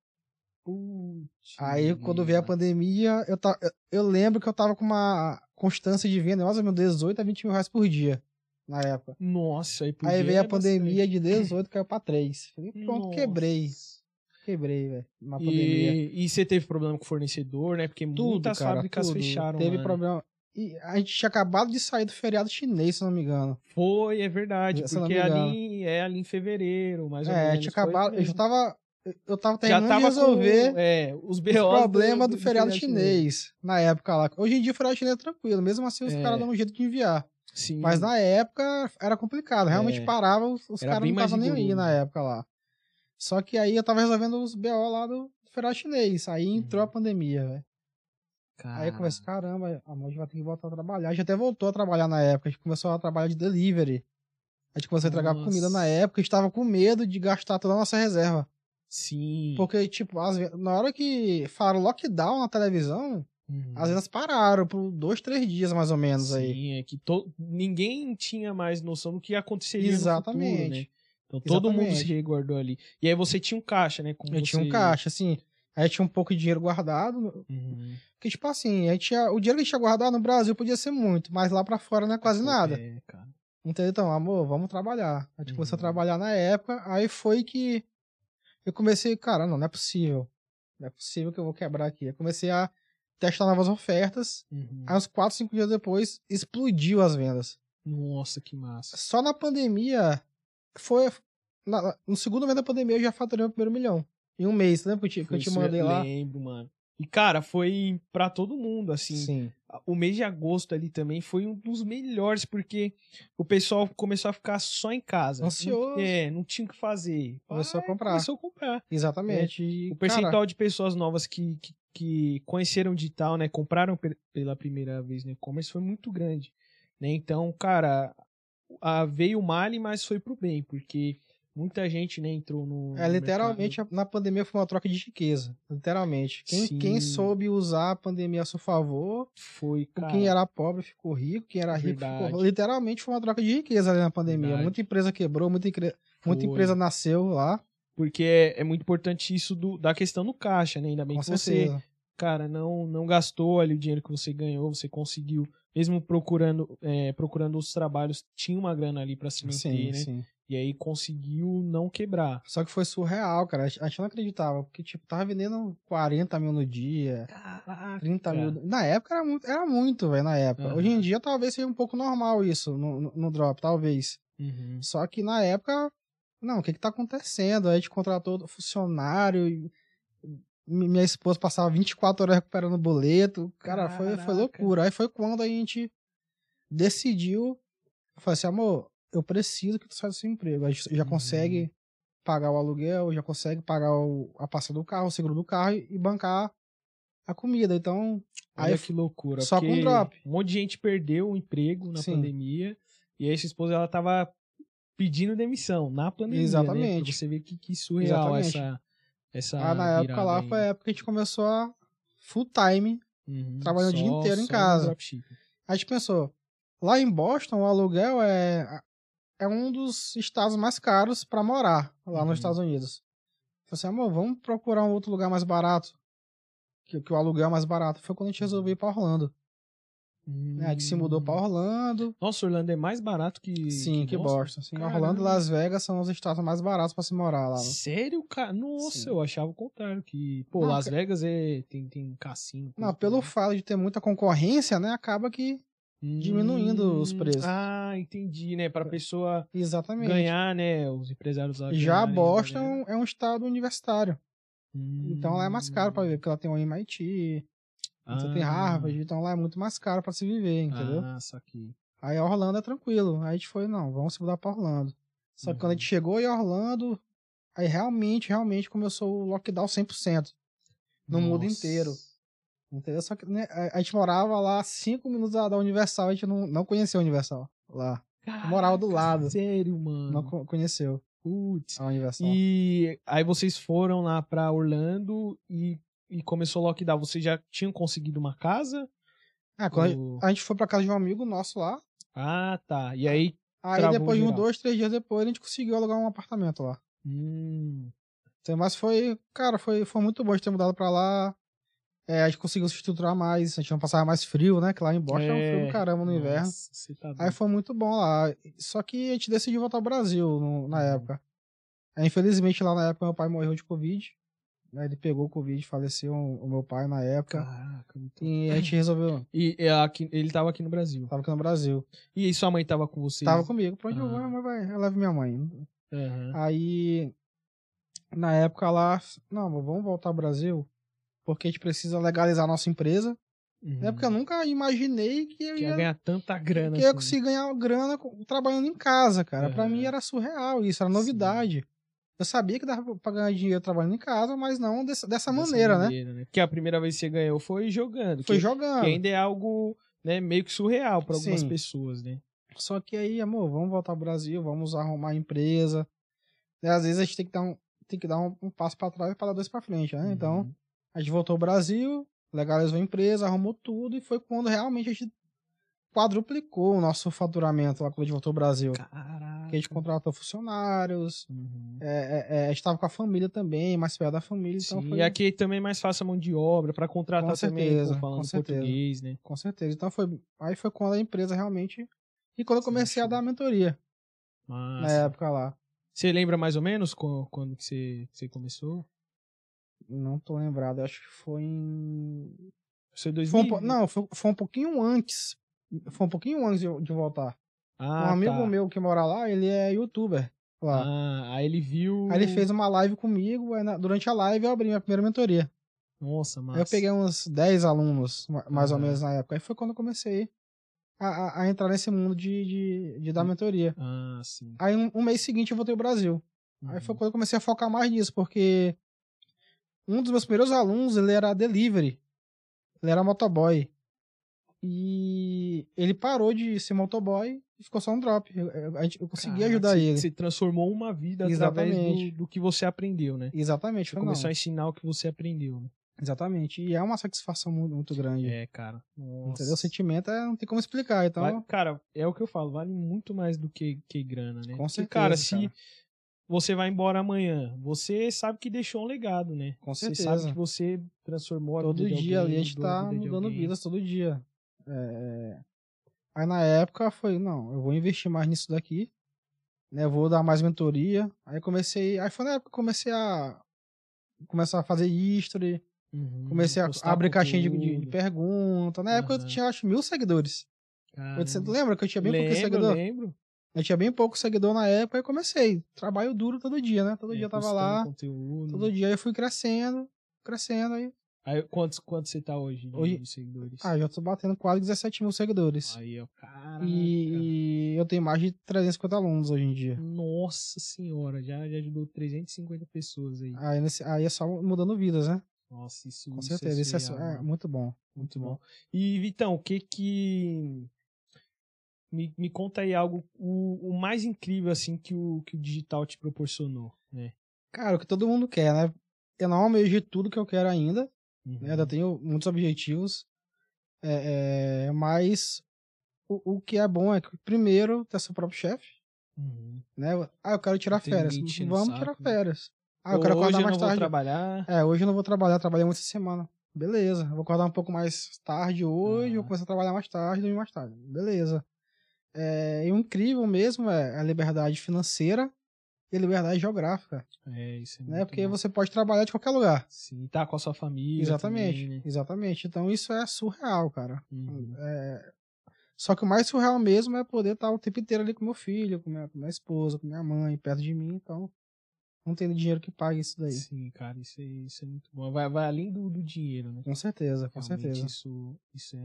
S1: Putz,
S2: Aí quando veio a
S1: mano.
S2: pandemia, eu, ta- eu- eu lembro que eu tava com uma constância de venda, mais ou menos 18 a 20 mil reais por dia, na época.
S1: Nossa, aí, por
S2: Aí
S1: dia
S2: veio
S1: é
S2: a pandemia
S1: bastante.
S2: de 18, caiu pra 3. Falei, pronto,
S1: Nossa.
S2: quebrei. Quebrei, velho. Na pandemia.
S1: E, e você teve problema com o fornecedor, né? Porque muitas
S2: cara,
S1: fábricas
S2: tudo.
S1: fecharam.
S2: Teve
S1: né?
S2: problema. E a gente tinha acabado de sair do feriado chinês, se não me engano.
S1: Foi, é verdade.
S2: Se eu não
S1: Porque
S2: me engano.
S1: ali, é ali em fevereiro, mais ou
S2: é,
S1: menos.
S2: tinha
S1: foi
S2: acabado. Eu já
S1: mesmo.
S2: tava. Eu tava
S1: Já
S2: terminando
S1: tava
S2: de resolver
S1: com, é, os BOs.
S2: o problema do, feriado chinês, na época lá. Hoje em dia o feriado chinês é tranquilo, mesmo assim os
S1: É.
S2: caras dão um jeito de enviar.
S1: Sim.
S2: Mas na época era complicado, realmente
S1: É.
S2: parava, os, os
S1: Era
S2: caras
S1: bem
S2: não
S1: mais
S2: estavam nem aí
S1: rigoroso.
S2: na época lá. Só que aí eu tava resolvendo os BO lá do feriado chinês, aí entrou
S1: Uhum.
S2: a pandemia, velho. Aí
S1: Cara,
S2: eu comecei, caramba, a Monge vai ter que voltar a trabalhar. A gente até voltou a trabalhar na época, a gente começou a trabalhar de delivery. A gente começou a entregar
S1: Nossa.
S2: comida na época, a gente tava com medo de gastar toda a nossa reserva.
S1: Sim.
S2: Porque, tipo, às ve- na hora que falaram lockdown na televisão,
S1: Uhum.
S2: as vendas pararam por dois, três dias mais ou menos aí.
S1: Sim, é que to... ninguém tinha mais noção do que aconteceria no futuro, né?
S2: Exatamente.
S1: Então todo mundo se
S2: Exatamente.
S1: reguardou ali. E aí você tinha um caixa, né? Como
S2: Eu tinha um
S1: você-
S2: caixa, assim. Aí tinha um pouco de dinheiro guardado.
S1: Uhum.
S2: Porque, tipo assim, a gente tinha- o dinheiro que a gente tinha guardado no Brasil podia ser muito, mas lá pra fora não é quase nada.
S1: É, cara.
S2: Entendeu? Então, amor, vamos trabalhar. A gente
S1: Uhum.
S2: começou a trabalhar na época, aí foi que eu comecei, cara, não, não é possível. Não é possível que eu vou quebrar aqui. Eu comecei a testar novas ofertas.
S1: Uhum.
S2: Aí uns 4, 5 dias depois, explodiu as vendas.
S1: Nossa, que massa.
S2: Só na pandemia, foi. na- no segundo mês da pandemia, eu já faturei o primeiro milhão. Em um mês, lembra que eu te, que eu
S1: Foi
S2: te
S1: isso,
S2: mandei
S1: eu
S2: lá?
S1: Lembro, mano. E, cara, foi pra todo mundo, assim.
S2: Sim.
S1: O mês de agosto ali também foi um dos melhores, porque o pessoal começou a ficar só em casa.
S2: Ansioso.
S1: Não- É, não tinha o que fazer.
S2: Começou a
S1: Aí
S2: comprar.
S1: Começou a comprar. É, tipo,
S2: Exatamente. E,
S1: O
S2: cara,
S1: percentual de pessoas novas que, que, que conheceram digital, né? Compraram pe- pela primeira vez no e-commerce foi muito grande. Né? Então, cara, a- veio o mal, mas foi pro bem, porque muita gente né, entrou no.
S2: É,
S1: no
S2: literalmente, a- na pandemia foi uma troca de riqueza. Literalmente. Quem,
S1: Sim.
S2: quem soube usar a pandemia a seu favor,
S1: mercado. Foi, cara.
S2: quem era pobre ficou rico, quem era rico ficou
S1: Verdade.
S2: rico. Literalmente foi uma troca de riqueza ali na pandemia.
S1: Verdade.
S2: Muita empresa quebrou, muita, incre- muita
S1: Foi.
S2: empresa nasceu lá.
S1: Porque é, é muito importante isso do- da questão do caixa, né? Ainda bem
S2: Com
S1: que você,
S2: certeza.
S1: cara, não, não gastou ali o dinheiro que você ganhou, você conseguiu. Mesmo procurando, é, procurando os trabalhos, tinha uma grana ali pra se manter,
S2: Sim,
S1: né?
S2: sim.
S1: E aí conseguiu não quebrar.
S2: Só que foi surreal, cara. A gente a gente não acreditava. Porque, tipo, tava vendendo 40 mil no dia,
S1: Caraca.
S2: 30
S1: Cara.
S2: mil. Na época era muito, era muito, velho, na época.
S1: É. Aham.
S2: Hoje em dia
S1: Uhum.
S2: talvez seja um pouco normal isso no- no- no drop, talvez. Só que na época Não, o que que tá acontecendo? Aí a gente contratou funcionário, e mi- minha esposa passava 24 horas recuperando boleto. Cara, foi,
S1: Caraca.
S2: foi loucura. Aí foi quando a gente decidiu, eu falei assim, amor, eu preciso que tu saia do seu emprego. A gente já
S1: Uhum.
S2: consegue pagar o aluguel, já consegue pagar o- a pasta do carro, o seguro do carro e, e bancar a comida. Então,
S1: Olha
S2: aí
S1: que loucura.
S2: só com
S1: porque
S2: drop.
S1: Um monte de gente perdeu o emprego na
S2: Sim.
S1: pandemia. E aí sua esposa ela tava pedindo demissão na pandemia. né?
S2: Exatamente.
S1: Pra você vê que, que surreal
S2: Exatamente.
S1: essa. essa
S2: Ah, na época
S1: virada
S2: lá
S1: aí.
S2: foi a época que a gente começou a full time.
S1: Uhum,
S2: trabalhou o dia inteiro em
S1: só
S2: casa.
S1: dropshipping.
S2: A gente pensou, lá em Boston o aluguel é, é um dos estados mais caros pra morar lá
S1: Uhum.
S2: nos Estados Unidos. Falei assim, amor, vamos procurar um outro lugar mais barato. Que, que o aluguel é mais barato. Foi quando a gente resolveu ir pra Orlando. né? A gente se mudou pra
S1: Uhum. Hum.
S2: Orlando.
S1: Nossa, Orlando é mais barato que.
S2: Sim, que Boston. Sim,
S1: Caramba.
S2: Orlando e Las Vegas são os estados mais baratos pra se morar lá. né?
S1: Sério, cara? Nossa,
S2: Sim.
S1: eu achava o contrário. Que, pô,
S2: Não,
S1: Las
S2: ca-
S1: Vegas é, tem, tem um cassino.
S2: Não,
S1: tudo,
S2: pelo
S1: né?
S2: fato de ter muita concorrência, né? Acaba que. diminuindo os
S1: Hum,
S2: preços.
S1: Ah, entendi, né? Pra pessoa
S2: Exatamente.
S1: ganhar, né? Os empresários lá.
S2: Já
S1: ganharem, né?
S2: Boston é um estado universitário. Então lá é mais caro pra
S1: Hum,
S2: viver, porque lá tem o MIT, você tem
S1: ah,
S2: Harvard, então lá é muito mais caro pra se viver, entendeu?
S1: Ah, saquei.
S2: Aí Orlando é tranquilo. Aí a gente foi, não, vamos se mudar pra Orlando. Só que quando
S1: Uhum.
S2: a gente chegou em Orlando, aí realmente, realmente começou o lockdown 100%. No mundo
S1: Nossa.
S2: inteiro. Entendeu? Só que né, a a gente morava lá cinco minutos da, da Universal, a gente não, não conhecia a Universal lá.
S1: Caraca,
S2: morava do lado. assim,
S1: Sério, mano.
S2: Não co- conheceu
S1: Putz.
S2: a Universal.
S1: E aí vocês foram lá pra Orlando e, e começou o lockdown. Vocês já tinham conseguido uma casa?
S2: Ah, quando a gente-
S1: Ou-
S2: a gente foi pra casa de um amigo nosso lá.
S1: Ah, tá. E aí.
S2: Aí
S1: Travou
S2: depois de um,
S1: geral.
S2: dois, três dias depois, a gente conseguiu alugar um apartamento lá.
S1: Hum,
S2: Então, mas foi, cara, foi, foi muito bom a gente ter mudado pra lá. É, a gente conseguiu se estruturar mais, a gente não passava mais frio, né? Que lá em Boston é um frio
S1: É,
S2: do caramba no inverno.
S1: nossa, você tá
S2: Aí
S1: doido.
S2: foi muito bom lá. Só que a gente decidiu voltar ao Brasil no- na
S1: Uhum.
S2: época. Aí, infelizmente, lá na época, meu pai morreu de Covid. né, Ele pegou Covid, faleceu o meu pai na época.
S1: Caraca, muito...
S2: E a gente resolveu.
S1: E é, aqui, ele tava aqui no Brasil.
S2: Tava aqui no Brasil.
S1: E aí sua mãe tava com vocês?
S2: Tava comigo. Pra onde eu vou,
S1: Ah.
S2: minha mãe vai? Eu levo minha mãe.
S1: Aham.
S2: Aí, na época lá, não, mas vamos voltar ao Brasil, porque a gente precisa legalizar a nossa empresa. Na época É eu
S1: Uhum.
S2: nunca imaginei que eu
S1: Que ia
S2: ia,
S1: ganhar tanta grana.
S2: que eu ia
S1: assim.
S2: conseguir ganhar grana co- trabalhando em casa, cara. Pra
S1: Aham.
S2: mim era surreal isso, era
S1: Sim.
S2: novidade. Eu sabia que dava pra ganhar dinheiro trabalhando em casa, mas não dessa,
S1: Dessa
S2: dessa maneira, né?
S1: Porque a primeira vez que você ganhou foi jogando.
S2: Foi
S1: que,
S2: jogando.
S1: que ainda é algo né, meio que surreal pra algumas
S2: Sim.
S1: pessoas, né?
S2: Só que aí, amor, vamos voltar ao Brasil, vamos arrumar a empresa. E às vezes a gente tem que dar um, tem que dar um, um passo pra trás para dar dois pra frente, né? Então,
S1: Uhum.
S2: A gente voltou ao Brasil, legalizou a empresa, arrumou tudo e foi quando realmente a gente quadruplicou o nosso faturamento lá quando a gente voltou ao Brasil.
S1: Caraca.
S2: Que a gente contratou funcionários,
S1: Uhum.
S2: é, é, é, a gente tava com a família também, mais perto da família, então
S1: Sim,
S2: foi
S1: E aqui também é mais fácil a mão de obra pra contratar
S2: Com
S1: também,
S2: certeza,
S1: pô,
S2: com
S1: falando
S2: certeza.
S1: português, né?
S2: com certeza. Então foi aí foi quando a empresa realmente e quando eu
S1: Sim,
S2: comecei a
S1: show.
S2: dar mentoria
S1: Mas
S2: na época lá.
S1: você lembra mais ou menos co- quando que você, que você começou?
S2: Não tô lembrado, eu acho que foi em
S1: Você é
S2: foi
S1: 2000?
S2: um po- não, foi, foi um pouquinho antes. Foi um pouquinho antes de, eu- de voltar.
S1: Ah,
S2: um amigo
S1: tá.
S2: meu que mora lá, ele é youtuber lá.
S1: Ah, aí ele viu.
S2: Aí ele fez uma live comigo, aí na- durante a live eu abri minha primeira mentoria.
S1: Nossa, massa. Uhum.
S2: Aí eu peguei uns 10 alunos, ma- mais ou
S1: Aham.
S2: menos, na época. Aí foi quando eu comecei a, a- a entrar nesse mundo de, de, de dar mentoria.
S1: Ah, sim. Uhum.
S2: Aí um, um mês seguinte eu voltei ao Brasil. um Aí foi quando eu comecei a focar mais nisso, porque um dos meus primeiros alunos, ele era delivery. Ele era motoboy. E ele parou de ser motoboy e ficou só um drop. Eu, eu- a gente- eu consegui ajudar ele.
S1: Você transformou uma vida através
S2: Exatamente.
S1: do, do que você aprendeu, né?
S2: Exatamente.
S1: Você
S2: foi
S1: começou
S2: não.
S1: a ensinar o que você aprendeu. Né?
S2: Exatamente. E é uma satisfação mu- muito, grande.
S1: É, cara. Nossa.
S2: Entendeu? O sentimento é, não tem como explicar. Então,
S1: Vale- cara, é o que eu falo, vale muito mais do que, que grana, né?
S2: Com
S1: Porque,
S2: certeza,
S1: cara, se
S2: cara.
S1: você vai embora amanhã, você sabe que deixou um legado, né?
S2: com
S1: Você
S2: certeza.
S1: sabe que você transformou a
S2: todo
S1: vida de
S2: dia ali
S1: alguém,
S2: a gente
S1: mudou
S2: tá
S1: vida de
S2: mudando
S1: alguém.
S2: vidas todo dia. É, é. Aí na época foi, não, eu vou investir mais nisso daqui, né? Eu vou dar mais mentoria. Aí comecei. Aí foi na época que eu comecei a começar a fazer history,
S1: Uhum,
S2: comecei a
S1: postar
S2: abrir caixinha de, de- de
S1: conteúdo.
S2: pergunta. Na época eu
S1: Aham.
S2: tinha acho mil seguidores.
S1: Caramba.
S2: 800, lembra que eu tinha é bem pouquinho
S1: lembro,
S2: seguidor?
S1: lembro.
S2: Eu tinha bem pouco seguidor na época e comecei. Trabalho duro todo dia, né? Todo
S1: É,
S2: dia eu tava
S1: postando
S2: lá,
S1: Conteúdo.
S2: todo dia eu fui crescendo, crescendo. Aí,
S1: Aí, quantos, quantos você tá hoje de,
S2: Hoje-
S1: de seguidores?
S2: ah, já tô batendo quase 17 mil seguidores.
S1: Aí, ó, caraca.
S2: E, e eu tenho mais de 350 alunos hoje em dia.
S1: Nossa senhora, já, já ajudou 350 pessoas aí.
S2: Aí, nesse- aí é só mudando vidas, né?
S1: Nossa, isso
S2: Com
S1: isso
S2: certeza, isso é,
S1: surreal,
S2: é
S1: mano.
S2: muito bom.
S1: Muito bom. E, Vitão, o que que. Me, me conta aí algo, o, o mais incrível, assim, que o, que o digital te proporcionou, né?
S2: Cara, o que todo mundo quer, né? Eu não almejei tudo que eu quero ainda, né? Ainda
S1: Uhum.
S2: tenho muitos objetivos. É, é, mas o, o que é bom é que, primeiro, ter seu próprio chefe,
S1: Uhum.
S2: né? Ah, eu quero tirar
S1: Não tem
S2: férias.
S1: ninguém te enchendo o
S2: Vamos
S1: saco,
S2: tirar
S1: né?
S2: férias. Ah, eu
S1: Ou
S2: quero
S1: hoje
S2: acordar
S1: eu
S2: mais
S1: não vou
S2: tarde.
S1: trabalhar.
S2: É, hoje eu não vou trabalhar, trabalhei muito essa semana. Beleza, eu vou acordar um pouco mais tarde hoje,
S1: Ah.
S2: vou começar a trabalhar mais tarde, dormir mais tarde. Beleza. É, e o incrível mesmo é a liberdade financeira e a liberdade geográfica
S1: É, isso é
S2: né?
S1: muito
S2: Porque
S1: bom.
S2: você pode trabalhar de qualquer lugar.
S1: Sim, tá com a sua família.
S2: Exatamente,
S1: também, né?
S2: exatamente. Então isso é surreal, cara.
S1: Uhum.
S2: É, Só que o mais surreal mesmo é poder estar o tempo inteiro ali com meu filho, com minha, com minha esposa, com minha mãe, perto de mim. Então não tem dinheiro que pague isso daí.
S1: Sim, cara, isso é, isso é muito bom. Vai, vai além do, do dinheiro, né?
S2: Com certeza, com
S1: Realmente
S2: certeza,
S1: Isso, isso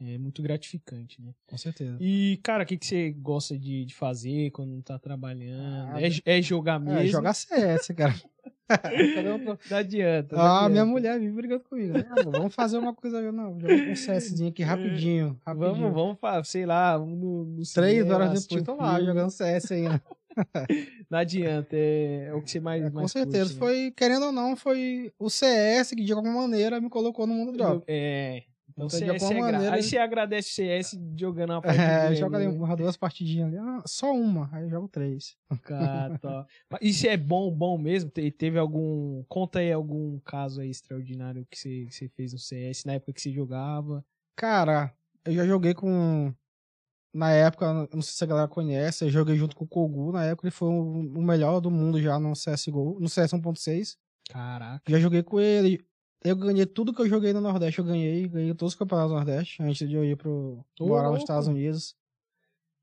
S1: é, é muito gratificante, né?
S2: com certeza.
S1: E, cara, o que, que você gosta de, de fazer quando não tá trabalhando?
S2: Ah,
S1: é, j- é jogar mesmo?
S2: É, jogar CS, cara. Cadê o
S1: Não adianta. não
S2: Então Ah,
S1: adianta.
S2: minha mulher vive brigando comigo. Ah, vamos fazer uma coisa, não, jogar um CSzinho aqui rapidinho, rapidinho.
S1: Vamos, vamos, fa- sei lá, vamos no, no
S2: Três
S1: cinema,
S2: horas
S1: assistir
S2: depois,
S1: um
S2: tô lá,
S1: filme.
S2: jogando CS ainda.
S1: Não adianta, é, é o que você mais.
S2: É, com
S1: mais
S2: certeza.
S1: curte, né?
S2: Foi, querendo ou não, foi o CS que de alguma maneira me colocou no mundo do jogo.
S1: É. Então,
S2: Então, de
S1: CS é
S2: alguma
S1: gra...
S2: maneira,
S1: Aí
S2: ele-
S1: você agradece o CS jogando uma um partida.
S2: É, joga ali umas duas partidinhas ali. Ah, só uma, aí eu jogo três.
S1: Cara, tá. Mas Isso é bom, bom mesmo? Te- Teve algum. Conta aí algum caso aí extraordinário que você, que você fez no CS na época que você jogava.
S2: Cara, eu já joguei com. Na época, eu não sei se a galera conhece, eu joguei junto com o Kogu. Na época ele foi o o melhor do mundo já no CSGO, no um CS 1.6.
S1: Caraca.
S2: Já joguei com ele. Eu ganhei tudo que eu joguei no Nordeste, eu ganhei, ganhei todos os campeonatos do Nordeste antes de eu ir pro
S1: Ô,
S2: morar nos
S1: louco.
S2: Estados Unidos.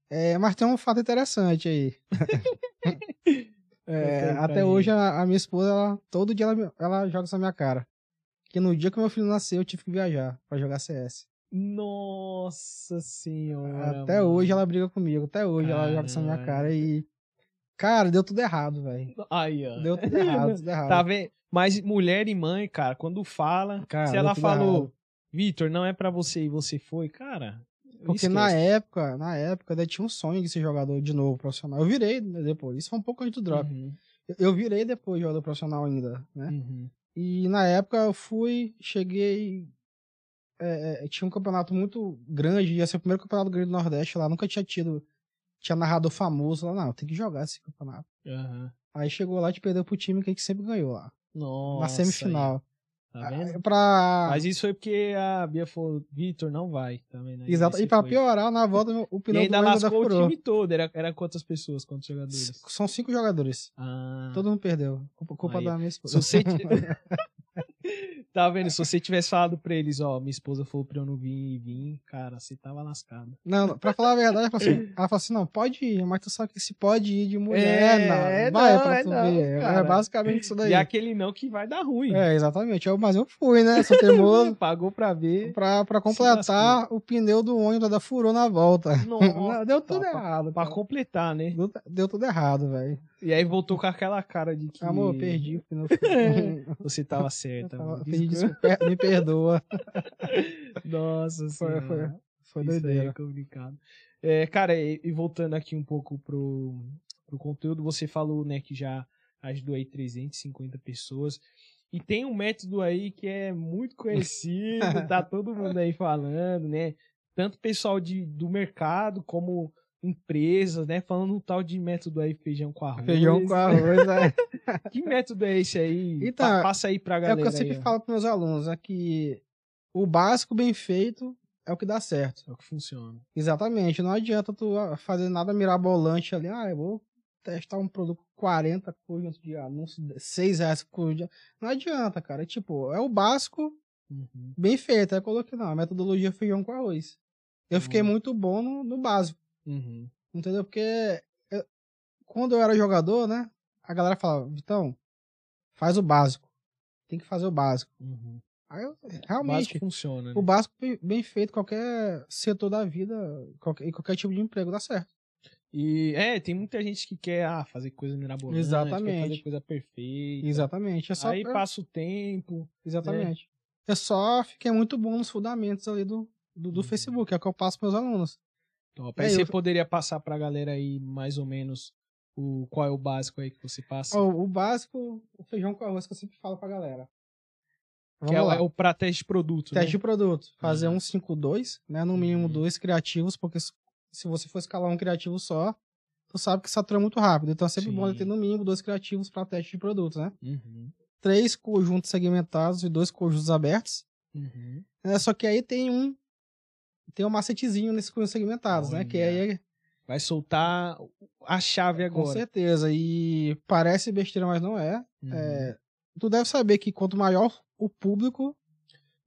S2: É, mas tem um fato interessante aí.
S1: Conta
S2: É,
S1: aí pra
S2: até
S1: gente.
S2: hoje a, a minha esposa, ela- todo dia ela, me- ela joga essa minha cara. Que no dia que meu filho nasceu, eu tive que viajar pra jogar CS.
S1: Nossa senhora.
S2: até
S1: mano.
S2: hoje ela briga comigo, até hoje ela joga essa minha
S1: Caralho.
S2: cara e. Cara, deu tudo errado, velho.
S1: Aí, ó.
S2: Deu tudo errado, tudo errado.
S1: Tá vendo? Mas mulher e mãe, cara, quando fala,
S2: Cara,
S1: se
S2: deu
S1: ela
S2: tudo
S1: falou,
S2: errado.
S1: Vitor, não é pra você e você foi, cara.
S2: Porque na
S1: é.
S2: época, na época, eu tinha um sonho de ser jogador de novo profissional. Eu virei né, depois. Isso foi um pouco antes do drop.
S1: Uhum,
S2: Eu- Eu virei depois jogador profissional ainda, né?
S1: uhum.
S2: E na época eu fui, cheguei. é, é, tinha um campeonato muito grande, ia ser o primeiro campeonato grande do Nordeste lá. Nunca tinha tido. Tinha narrador famoso lá. Não, tem que jogar esse campeonato.
S1: Aham.
S2: Aí chegou lá e te perdeu pro time que a gente sempre ganhou lá.
S1: Nossa.
S2: na semifinal.
S1: aí, Tá vendo?
S2: Ah, Pra.
S1: Mas isso foi porque a Bia falou, Vitor, não vai. Tá vendo? Aí
S2: Exato.
S1: você
S2: E pra
S1: foi.
S2: piorar, na volta o
S1: E
S2: pneu
S1: ainda
S2: do
S1: lascou o
S2: furou.
S1: time todo. Era, era quantas pessoas, quantos jogadores?
S2: São cinco jogadores.
S1: Ah,
S2: Todo mundo perdeu. Culpa, culpa
S1: Aí,
S2: da minha
S1: se
S2: esposa.
S1: você... ti- tá vendo? Se você tivesse falado pra eles, ó, minha esposa falou pra eu não vir e vir, cara, você tava lascado.
S2: Não, não, pra falar a verdade, ela falou assim, ela falou assim não, pode ir, mas tu sabe que se pode ir de mulher,
S1: É,
S2: não.
S1: é
S2: Vai
S1: não,
S2: pra
S1: é
S2: tu
S1: não,
S2: ver.
S1: cara.
S2: É basicamente isso daí.
S1: E aquele não que vai dar ruim.
S2: É, exatamente. Eu, mas eu fui, né? Sou teimoso.
S1: Pagou pra ver.
S2: pra, pra completar, o pneu do ônibus da furou na volta.
S1: Nossa,
S2: Deu tudo
S1: pra-
S2: errado.
S1: Pra
S2: cara.
S1: completar, né?
S2: Deu, deu tudo errado, velho.
S1: E aí voltou com aquela cara de que
S2: Amor, eu perdi o pneu.
S1: você tava
S2: Eu
S1: certa.
S2: tava-
S1: mano.
S2: perdi, desculpa, per- me perdoa.
S1: Nossa
S2: Foi,
S1: senhora.
S2: foi, foi
S1: Isso aí
S2: doideira.
S1: é complicado. É, cara, e, e voltando aqui um pouco pro, pro conteúdo, você falou, né, que já ajudou aí 350 pessoas. E tem um método aí que é muito conhecido, tá todo mundo aí falando, né? Tanto pessoal de, do mercado como empresas, né? Falando um tal de método aí feijão com arroz.
S2: Feijão com arroz, né?
S1: Que método é esse aí?
S2: Então,
S1: Pa- passa aí pra
S2: É
S1: galera.
S2: o que eu sempre
S1: aí, ó.
S2: falo para meus alunos, é que o básico bem feito é o que dá certo.
S1: É o que funciona.
S2: Exatamente, não adianta tu ah, fazer nada mirabolante ali, ah, eu vou testar um produto com 40 conjuntos de anúncio, 6 reais por conjunto de... Não adianta, cara, é tipo, é o básico
S1: Uhum.
S2: bem feito, é aí eu coloquei, não, a metodologia feijão com arroz. Eu fiquei
S1: Hum.
S2: muito bom no, no básico,
S1: Uhum.
S2: Entendeu? Porque eu- quando eu era jogador, né? A galera falava, Vitão, faz o básico. Tem que fazer o básico.
S1: Uhum.
S2: Aí eu,
S1: O básico
S2: realmente,
S1: funciona, né?
S2: o básico bem- bem feito, qualquer setor da vida, qualquer, em qualquer tipo de emprego dá certo.
S1: E é, tem muita gente que quer ah, fazer coisa mirabolante,
S2: Exatamente.
S1: quer fazer coisa perfeita.
S2: Exatamente. É só
S1: Aí
S2: pra-
S1: passa né? o tempo. né?
S2: Exatamente. Eu só fiquei muito bom nos fundamentos ali do, do, do
S1: Uhum.
S2: Facebook, é o que eu passo pros meus alunos.
S1: Top. Aí
S2: É,
S1: você
S2: eu-
S1: poderia passar pra galera aí mais ou menos o qual é o básico aí que você passa.
S2: Ó, o básico, o feijão com arroz que eu sempre falo pra galera.
S1: que é,
S2: Vamos
S1: o-
S2: lá.
S1: é o pra teste de produto.
S2: Teste de
S1: né?
S2: produto. Fazer
S1: Uhum.
S2: um 5-2, né? No mínimo
S1: Uhum.
S2: dois criativos, porque s- se você for escalar um criativo só, tu sabe que satura muito rápido. Então é sempre bom ele
S1: Sim.
S2: ter no mínimo dois criativos para teste de produto, né?
S1: Uhum,
S2: Três conjuntos segmentados e dois conjuntos abertos.
S1: uhum.
S2: né? Só que aí tem um. Tem um macetezinho nesses conjuntos segmentados, né? Que
S1: Olha.
S2: aí é-
S1: Vai soltar a chave
S2: Com
S1: agora.
S2: certeza. E parece besteira, mas não é.
S1: Uhum.
S2: É, Tu deve saber que quanto maior o público,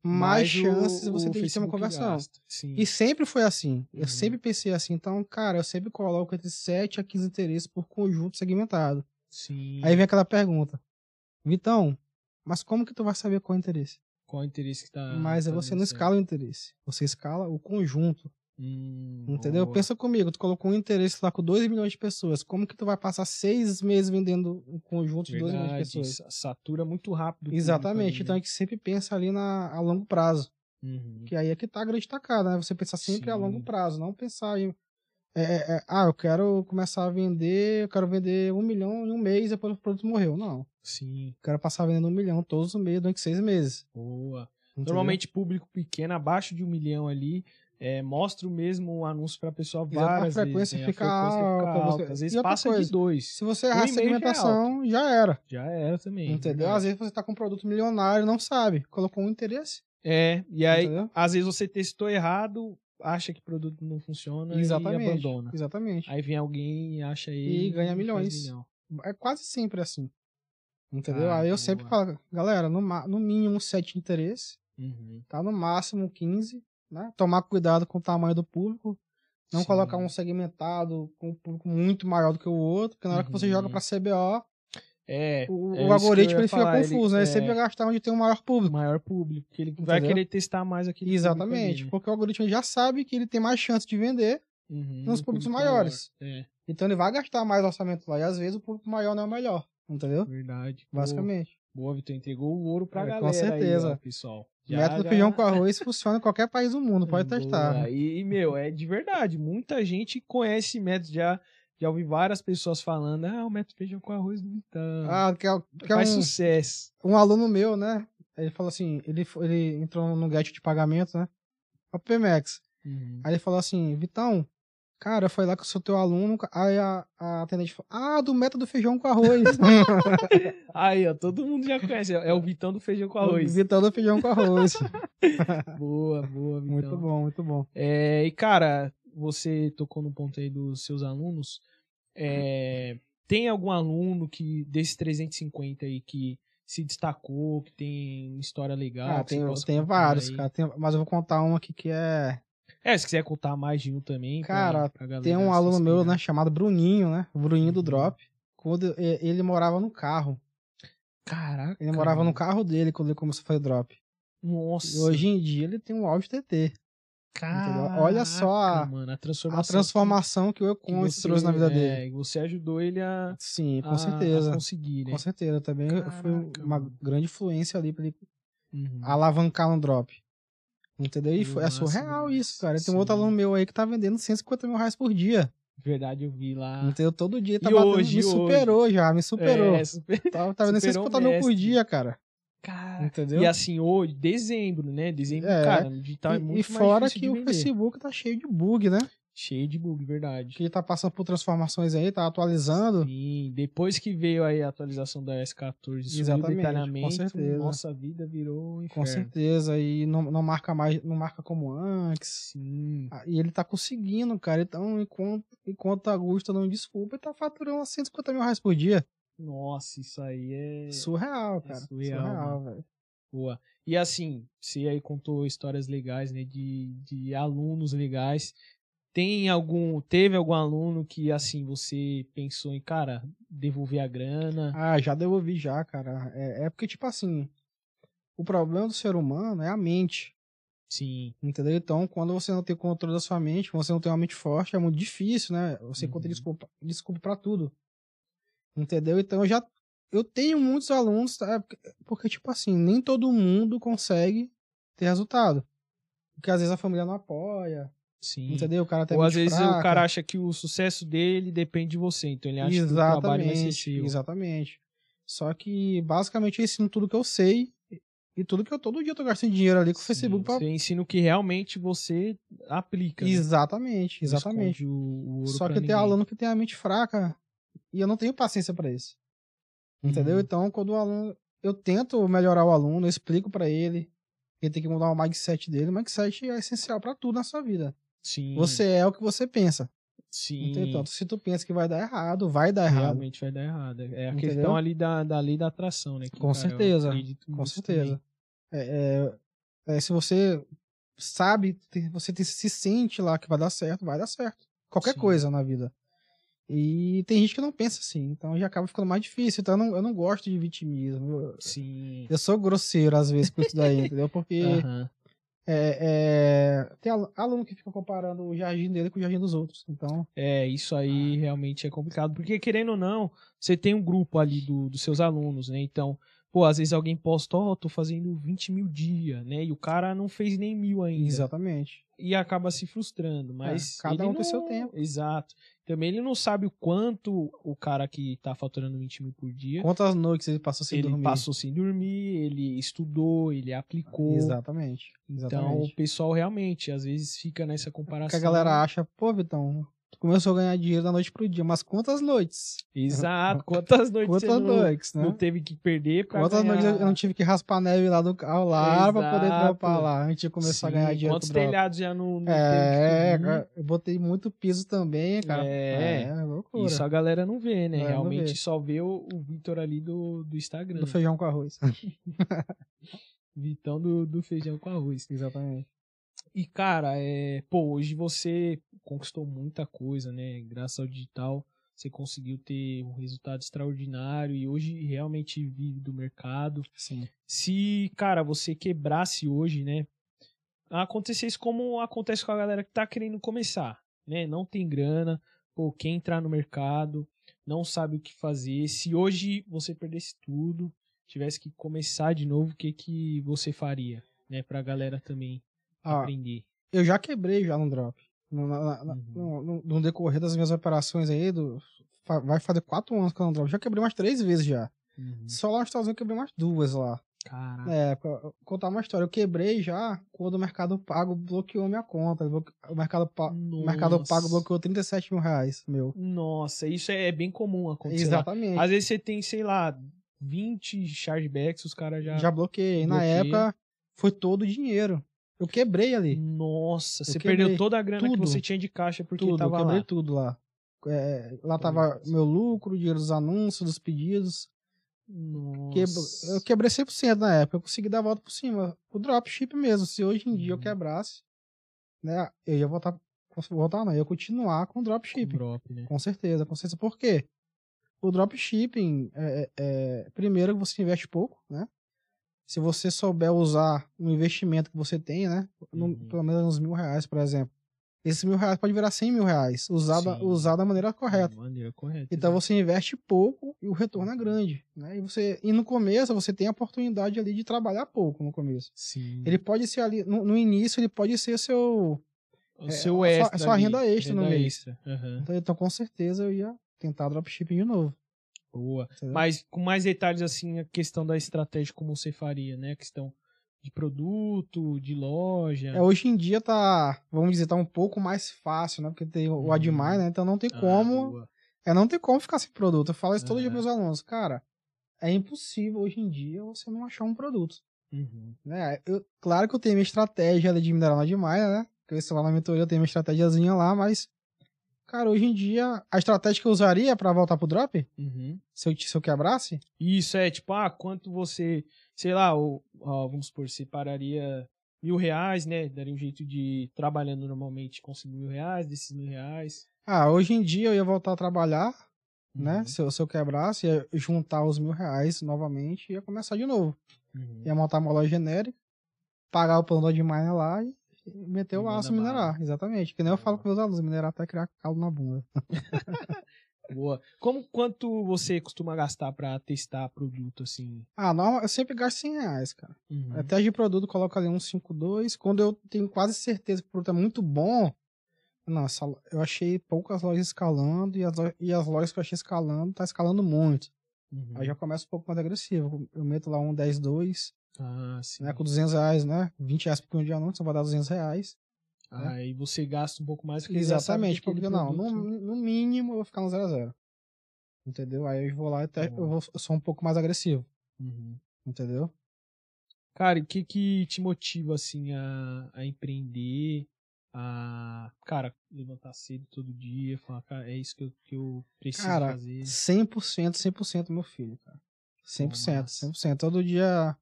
S2: mais
S1: Mas o-
S2: chances você
S1: o
S2: tem de ter uma
S1: Facebook
S2: conversão.
S1: gasta. Sim.
S2: E sempre foi assim. Eu
S1: Uhum.
S2: sempre pensei assim. Então, cara, eu sempre coloco entre 7 a 15 interesses por conjunto segmentado.
S1: Sim.
S2: Aí vem aquela pergunta. Vitão, mas como que tu vai saber qual é o interesse?
S1: Qual o interesse que tá.
S2: mas é
S1: tá
S2: você não
S1: nessa-
S2: escala o interesse. Você escala o conjunto.
S1: Hum,
S2: Entendeu?
S1: boa.
S2: Pensa comigo, tu colocou um interesse lá com 2 milhões de pessoas. Como que tu vai passar seis meses vendendo um conjunto de 2 milhões de
S1: Verdade,
S2: pessoas?
S1: sa- Satura muito rápido. o público
S2: Exatamente.
S1: ali,
S2: Então
S1: né?
S2: a gente sempre pensa ali na, a longo prazo.
S1: Uhum.
S2: Que aí é que tá a grande tacada, né? Você pensar sempre a
S1: Sim.
S2: longo prazo, não pensar em. é, é, é, ah, eu quero começar a vender, eu quero vender um milhão em um mês, depois o produto morreu. Não. Eu
S1: Sim,
S2: quero passar vendendo um milhão todos os meses durante seis meses.
S1: boa.
S2: entendeu?
S1: Normalmente, público pequeno, abaixo de um milhão ali, é, mostra o mesmo anúncio pra pessoa
S2: E a- a
S1: várias
S2: frequência
S1: vezes. né?
S2: fica
S1: frequência
S2: alta, você-
S1: Às
S2: e
S1: vezes
S2: outra
S1: passa de
S2: coisa,
S1: dois.
S2: Se você
S1: Um
S2: errar a
S1: e-mail já é
S2: segmentação, já era.
S1: Já era também. né?
S2: entendeu?
S1: verdade.
S2: Às vezes você tá com um produto milionário, não sabe. Colocou um interesse.
S1: É, e aí,
S2: entendeu?
S1: às vezes você testou errado, acha que o produto não funciona e
S2: Exatamente.
S1: abandona.
S2: Exatamente.
S1: Aí vem alguém, acha ele
S2: E ganha
S1: faz
S2: milhões.
S1: milhão.
S2: É quase sempre assim. Entendeu?
S1: Ah,
S2: Aí eu
S1: boa.
S2: sempre falo, galera, no, ma- no mínimo 7 interesses,
S1: Uhum.
S2: tá? No máximo 15, né? Tomar cuidado com o tamanho do público. Não
S1: Sim.
S2: colocar um segmentado com um público muito maior do que o outro, porque na hora que você
S1: Uhum.
S2: joga pra CBO,
S1: É, é
S2: o, o
S1: isso que eu
S2: algoritmo
S1: ia
S2: ele fica
S1: falar, ele-
S2: confuso, né? Ele
S1: é.
S2: sempre vai gastar onde tem o maior
S1: o
S2: público.
S1: maior público, que ele vai
S2: Entendeu?
S1: querer testar mais aquele público
S2: Exatamente,
S1: ali, né?
S2: porque o algoritmo já sabe que ele tem mais chance de vender,
S1: Uhum,
S2: nos
S1: um
S2: públicos
S1: público
S2: maiores.
S1: maior. É,
S2: então ele vai gastar mais orçamento lá. E às vezes o público maior não é o melhor,
S1: É,
S2: entendeu?
S1: verdade. Pô,
S2: Basicamente.
S1: Boa, Vitor, entregou o ouro pra
S2: É, com
S1: galera. aí, ó,
S2: certeza.
S1: pessoal.
S2: O método feijão com arroz funciona em qualquer país do mundo, pode
S1: Boa.
S2: testar. né?
S1: E, meu, é de verdade. Muita gente conhece método. Já, já ouvi várias pessoas falando: ah, o método feijão com arroz do Vitão.
S2: Ah, que é, que é
S1: Faz
S2: um,
S1: sucesso.
S2: um aluno meu, né? Ele falou assim, ele, fo- ele entrou no gadget de pagamento, né? A Pemex.
S1: Uhum.
S2: Aí ele falou assim, Vitão, cara, foi lá que eu sou teu aluno. ca- Aí a, a atendente falou, ah, do método feijão com arroz.
S1: Aí, ó, todo mundo já conhece. É o Vitão do feijão com arroz.
S2: Vitão do feijão com arroz.
S1: Então, Boa, boa, Vitão.
S2: é. muito bom, muito bom.
S1: É, e, cara, você tocou no ponto aí dos seus alunos.
S2: Uhum.
S1: É, tem algum aluno que desses 350 aí que se destacou, que tem história legal?
S2: Ah,
S1: que você
S2: tem,
S1: possa
S2: tem
S1: contar
S2: vários,
S1: tá aí?
S2: cara. Tem- mas eu vou contar um aqui que é.
S1: É, se quiser contar mais de um também. pra-
S2: Cara,
S1: pra galera
S2: Tem um
S1: se
S2: aluno meu,
S1: inspirar.
S2: né, chamado Bruninho, né? Bruninho do
S1: Uhum.
S2: Drop. Quando e- ele morava no carro.
S1: Caraca.
S2: Ele morava no
S1: mano.
S2: carro dele quando ele começou a fazer drop. E
S1: Nossa.
S2: hoje em dia ele tem um Audi TT.
S1: caraca,
S2: olha só a-
S1: mano, a transformação.
S2: A transformação que o
S1: que é.
S2: Econte
S1: você-
S2: trouxe na vida
S1: é,
S2: dele.
S1: e você ajudou ele a.
S2: Sim, com
S1: a- A
S2: certeza.
S1: conseguir, né?
S2: Com certeza. Também foi
S1: Caraca,
S2: uma
S1: mano.
S2: grande influência ali pra ele
S1: Uhum.
S2: alavancar no drop. Entendeu? E
S1: Pô,
S2: foi, é
S1: massa
S2: surreal
S1: demais.
S2: isso, cara. E Tem um outro
S1: Sim.
S2: aluno meu aí que tá vendendo 150 mil reais por dia.
S1: Verdade, eu vi lá.
S2: Entendeu? Todo dia tá
S1: Ah. E
S2: batendo.
S1: hoje,
S2: me
S1: e hoje?
S2: superou já, me superou.
S1: É, super...
S2: Tá, tá vendendo
S1: Superou o
S2: 150 mil por
S1: mestre.
S2: dia, cara.
S1: Cara.
S2: Entendeu?
S1: E assim, hoje, dezembro, né? Dezembro,
S2: É.
S1: cara, no digital é
S2: E-
S1: muito
S2: e
S1: mais
S2: fora
S1: difícil
S2: que
S1: de
S2: o
S1: vender.
S2: Facebook tá cheio de bug, né?
S1: Cheio de bug, verdade.
S2: Que tá passando por transformações aí, tá atualizando.
S1: Sim, depois que veio aí a atualização da S14 subiu
S2: Exatamente,
S1: detalhamento,
S2: com certeza.
S1: nossa vida virou um
S2: Com
S1: inferno.
S2: certeza. E não, não marca mais, não marca como antes.
S1: Sim.
S2: Ah, E ele tá conseguindo, cara. Então, enquanto, enquanto a Augusta não desculpa, ele tá faturando 150 mil reais por dia.
S1: Nossa, isso aí é
S2: Surreal, cara.
S1: surreal,
S2: surreal, velho.
S1: boa. E assim, você aí contou histórias legais, né? De, de alunos legais. Tem algum, teve algum aluno que assim você pensou em, cara, devolver a grana?
S2: Ah, já devolvi já, cara. É, é porque, tipo assim, o problema do ser humano é a mente,
S1: Sim,
S2: entendeu? Então, quando você não tem controle da sua mente, você não tem uma mente forte, é muito difícil, né? Você
S1: Uhum.
S2: encontra desculpa, desculpa pra tudo, entendeu? Então, eu já... Eu tenho muitos alunos, tá? Porque- Porque, tipo assim, nem todo mundo consegue ter resultado. Porque às vezes a família não apoia,
S1: sim.
S2: entendeu? O cara até
S1: Ou às vezes o cara acha que o sucesso dele depende de você, então ele acha que o trabalho vai ser seu.
S2: Exatamente. Só que basicamente eu ensino tudo que eu sei e tudo que eu todo dia eu tô gastando dinheiro ali com o Facebook pra...
S1: Você ensina o que realmente você aplica. né?
S2: Exatamente,
S1: Não
S2: exatamente.
S1: esconde o- o ouro
S2: Só
S1: pra
S2: que tem
S1: ninguém.
S2: aluno que tem a mente fraca e eu não tenho paciência pra isso. Entendeu?
S1: Uhum.
S2: Então, quando o aluno. Eu tento melhorar o aluno, eu explico pra ele. Ele tem que mudar o mindset dele. O mindset é essencial pra tudo na sua vida.
S1: Sim.
S2: Você é o que você pensa.
S1: Sim.
S2: Então, Então, se tu pensa que vai dar errado, vai dar tá errado.
S1: realmente vai dar errado. É a
S2: Entendeu?
S1: questão ali da, da lei da atração, né? Que,
S2: Com
S1: cara, eu
S2: certeza,
S1: acredito
S2: Com
S1: muito
S2: certeza. É, é- é, se você sabe, te- você te- se sente lá que vai dar certo, vai dar certo. Qualquer
S1: Sim.
S2: coisa na vida. E tem gente que não pensa assim, então já acaba ficando mais difícil. Então eu não, eu não gosto de vitimismo. Eu,
S1: também. Sim.
S2: eu sou grosseiro às vezes com isso daí, entendeu? Porque
S1: Aham.
S2: é, é, tem alu- aluno que fica comparando o jardim dele com o jardim dos outros. Então,
S1: É, isso aí
S2: Ah.
S1: realmente é complicado. Porque, querendo ou não, você tem um grupo ali do, dos seus alunos, né? Então, pô, às vezes alguém posta, ó, tô fazendo 20 mil dia, né? E o cara não fez nem mil ainda.
S2: exatamente.
S1: e acaba se frustrando, mas
S2: cada
S1: ele
S2: um tem seu
S1: não-
S2: tempo.
S1: Exato. Também ele não sabe o quanto o cara que tá faturando 20 mil por dia,
S2: Quantas noites ele passou sem
S1: ele
S2: dormir?
S1: passou sem dormir, ele estudou, ele aplicou.
S2: Exatamente.
S1: Então
S2: exatamente.
S1: o pessoal realmente às vezes fica nessa comparação.
S2: que a galera acha, né? pô, Vitão, tu começou a ganhar dinheiro da noite pro dia, mas quantas noites?
S1: Exato. Quantas noites
S2: Quantas
S1: você não,
S2: noites, né?
S1: não teve que perder pra
S2: Quantas
S1: ganhar...
S2: noites eu eu não tive que raspar a neve lá do carro lá pra poder
S1: Exato.
S2: dropar lá antes de começar a ganhar
S1: Sim,
S2: dinheiro
S1: Quantos
S2: com drop.
S1: telhados já não, não
S2: É,
S1: teve que subir?
S2: cara, eu botei muito piso também, cara.
S1: né? É.
S2: loucura.
S1: Isso a galera não vê, né?
S2: É, não
S1: Realmente
S2: vê.
S1: só vê o, o Vitor ali do, do Instagram.
S2: Do feijão com arroz.
S1: Vitão do, do feijão com arroz.
S2: Exatamente.
S1: E, cara, é, pô, hoje você conquistou muita coisa, né? Graças ao digital, você conseguiu ter um resultado extraordinário e hoje realmente vive do mercado.
S2: Sim.
S1: Se, cara, você quebrasse hoje, né? Acontecesse como acontece com a galera que tá querendo começar, né? Não tem grana, pô, quer entrar no mercado, não sabe o que fazer. Se hoje você perdesse tudo, tivesse que começar de novo, o que que você faria, né? Pra galera também
S2: Ah,
S1: aprender.
S2: eu já quebrei já no drop. No, na- na-
S1: Uhum.
S2: no- no- no decorrer das minhas operações aí, do- fa- vai fazer quatro anos que eu não drop. Já quebrei umas três vezes já.
S1: Hum.
S2: Só lá nos Estados Unidos eu quebrei umas duas lá.
S1: uhum. Caraca.
S2: É, pra contar uma história. Eu quebrei já quando o Mercado Pago bloqueou minha conta. Bloque- O Mercado, Pa- o É, mercado
S1: Nossa.
S2: Pago bloqueou 37 mil reais, meu.
S1: Nossa, isso é bem comum acontecer. lá.
S2: Exatamente.
S1: Às vezes você tem, sei lá, 20 chargebacks, os caras já.
S2: Já bloqueei. Na
S1: Bloqueei.
S2: época, foi todo o dinheiro. Eu quebrei ali.
S1: Nossa, você
S2: quebrei
S1: perdeu toda a grana que
S2: tudo.
S1: você tinha de caixa porque
S2: tudo, eu
S1: tava
S2: quebrei
S1: lá.
S2: tudo lá. É, lá tava meu lucro, dinheiro dos anúncios, dos pedidos. Quebra-
S1: Nossa.
S2: eu quebrei 100% na época. Eu consegui dar a volta por cima. O dropship mesmo. Se hoje em dia eu
S1: Uhum.
S2: quebrasse, né, eu ia voltar. Voltar não, eu ia continuar com o
S1: Com
S2: dropship.
S1: drop, né?
S2: Com certeza, com certeza. Por quê? O dropshipping, é, é, é, primeiro que você investe pouco, né? Se você souber usar um investimento que você tem, né? No-
S1: Uhum.
S2: Pelo menos uns mil reais, por exemplo. Esses mil reais pode virar cem mil reais, usado,
S1: Sim.
S2: usado da maneira correta.
S1: De maneira correta.
S2: Então
S1: exato.
S2: você investe pouco e o retorno é grande, né? E, você, e no começo você tem a oportunidade ali de trabalhar pouco no começo.
S1: Sim.
S2: Ele pode ser ali, no, no início ele pode ser seu...
S1: o seu
S2: é, a sua-
S1: extra.
S2: a sua
S1: ali,
S2: renda extra no
S1: renda
S2: mês.
S1: extra. Aham,
S2: Então, então com certeza eu ia tentar dropshipping de novo.
S1: Boa.
S2: entendeu?
S1: Mas com mais detalhes, assim, a questão da estratégia, como você faria, né? A questão de produto, de loja.
S2: É, hoje em dia tá, vamos dizer, tá um pouco mais fácil, né? Porque tem o
S1: Uhum.
S2: Admire, né? Então não tem
S1: Ah,
S2: como.
S1: boa.
S2: É, não tem como ficar sem produto. Eu falo isso todo dia
S1: Aham.
S2: pros meus alunos. Cara, é impossível hoje em dia você não achar um produto,
S1: Uhum.
S2: né? Eu, claro que eu tenho minha estratégia ali de mineral na Admire, né? Que eu sei lá na mentoria, eu tenho minha estratégiazinha lá, mas. Cara, hoje em dia, a estratégia que eu usaria pra voltar pro drop,
S1: Uhum.
S2: se eu, se eu quebrasse,
S1: Isso é tipo, ah, quanto você, sei lá, ou, ó, vamos supor, você pararia mil reais, né? Daria um jeito de, trabalhando normalmente, conseguir mil reais, desses mil reais.
S2: Ah, hoje em dia eu ia voltar a trabalhar, né?
S1: Uhum.
S2: Se eu, se eu quebrasse, ia juntar os mil reais novamente e ia começar de novo.
S1: Uhum.
S2: Ia montar uma loja genérica, pagar o plano de miner lá e meter
S1: E
S2: o
S1: manda
S2: aço e minerar.
S1: bala.
S2: Exatamente. Que nem eu falo com meus alunos, minerar até criar caldo na bunda.
S1: Boa. Como quanto você costuma gastar pra testar produto assim?
S2: Ah, normal, eu sempre gasto 100 reais, cara.
S1: Uhum.
S2: Até de produto, coloca ali um 5,2. Quando eu tenho quase certeza que o produto é muito bom. Nossa, eu achei poucas lojas escalando e as, lo- e as lojas que eu achei escalando, tá escalando muito.
S1: Uhum.
S2: Aí já começa um pouco mais agressivo. Eu meto lá um 10, 2,
S1: Ah, sim.
S2: né? Com 200 reais, né? 20 reais por um dia anúncio, eu vou dar 200 reais.
S1: Aí você gasta um pouco mais porque já sabe
S2: Exatamente,
S1: que aquele
S2: porque não, no,
S1: produto-
S2: no mínimo eu vou ficar no 0 a 0 Entendeu? Aí eu vou lá e até,
S1: Boa.
S2: eu, vou, eu sou um pouco mais agressivo,
S1: Uhum.
S2: entendeu?
S1: Cara, e o que que te motiva, assim, a, a empreender, a, cara, levantar cedo todo dia, falar, cara, é isso que eu, que eu preciso
S2: Cara,
S1: fazer.
S2: 100%, 100% meu filho, cara. 100%,
S1: massa.
S2: 100%. Todo dia.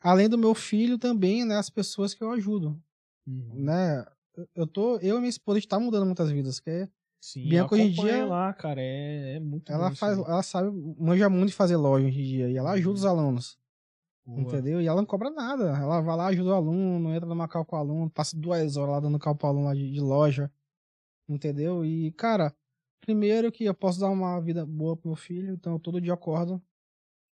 S2: Além do meu filho também, né? As pessoas que eu ajudo,
S1: Uhum.
S2: né? Eu- Eu tô, eu e minha esposa a gente tá mudando muitas vidas, que
S1: Sim,
S2: Bianca,
S1: eu
S2: hoje em
S1: acompanho
S2: dia-
S1: lá, cara, é, é muito
S2: ela
S1: bom isso
S2: faz,
S1: aí.
S2: ela sabe, manja muito de fazer loja hoje em dia e ela ajuda
S1: Uhum.
S2: os alunos,
S1: Boa.
S2: entendeu? E ela não cobra nada, ela vai lá ajuda o aluno, entra numa cal com o aluno, passa duas horas lá dando cal pro aluno lá de, de loja, entendeu? E cara, primeiro que eu posso dar uma vida boa pro meu filho, então todo dia eu acordo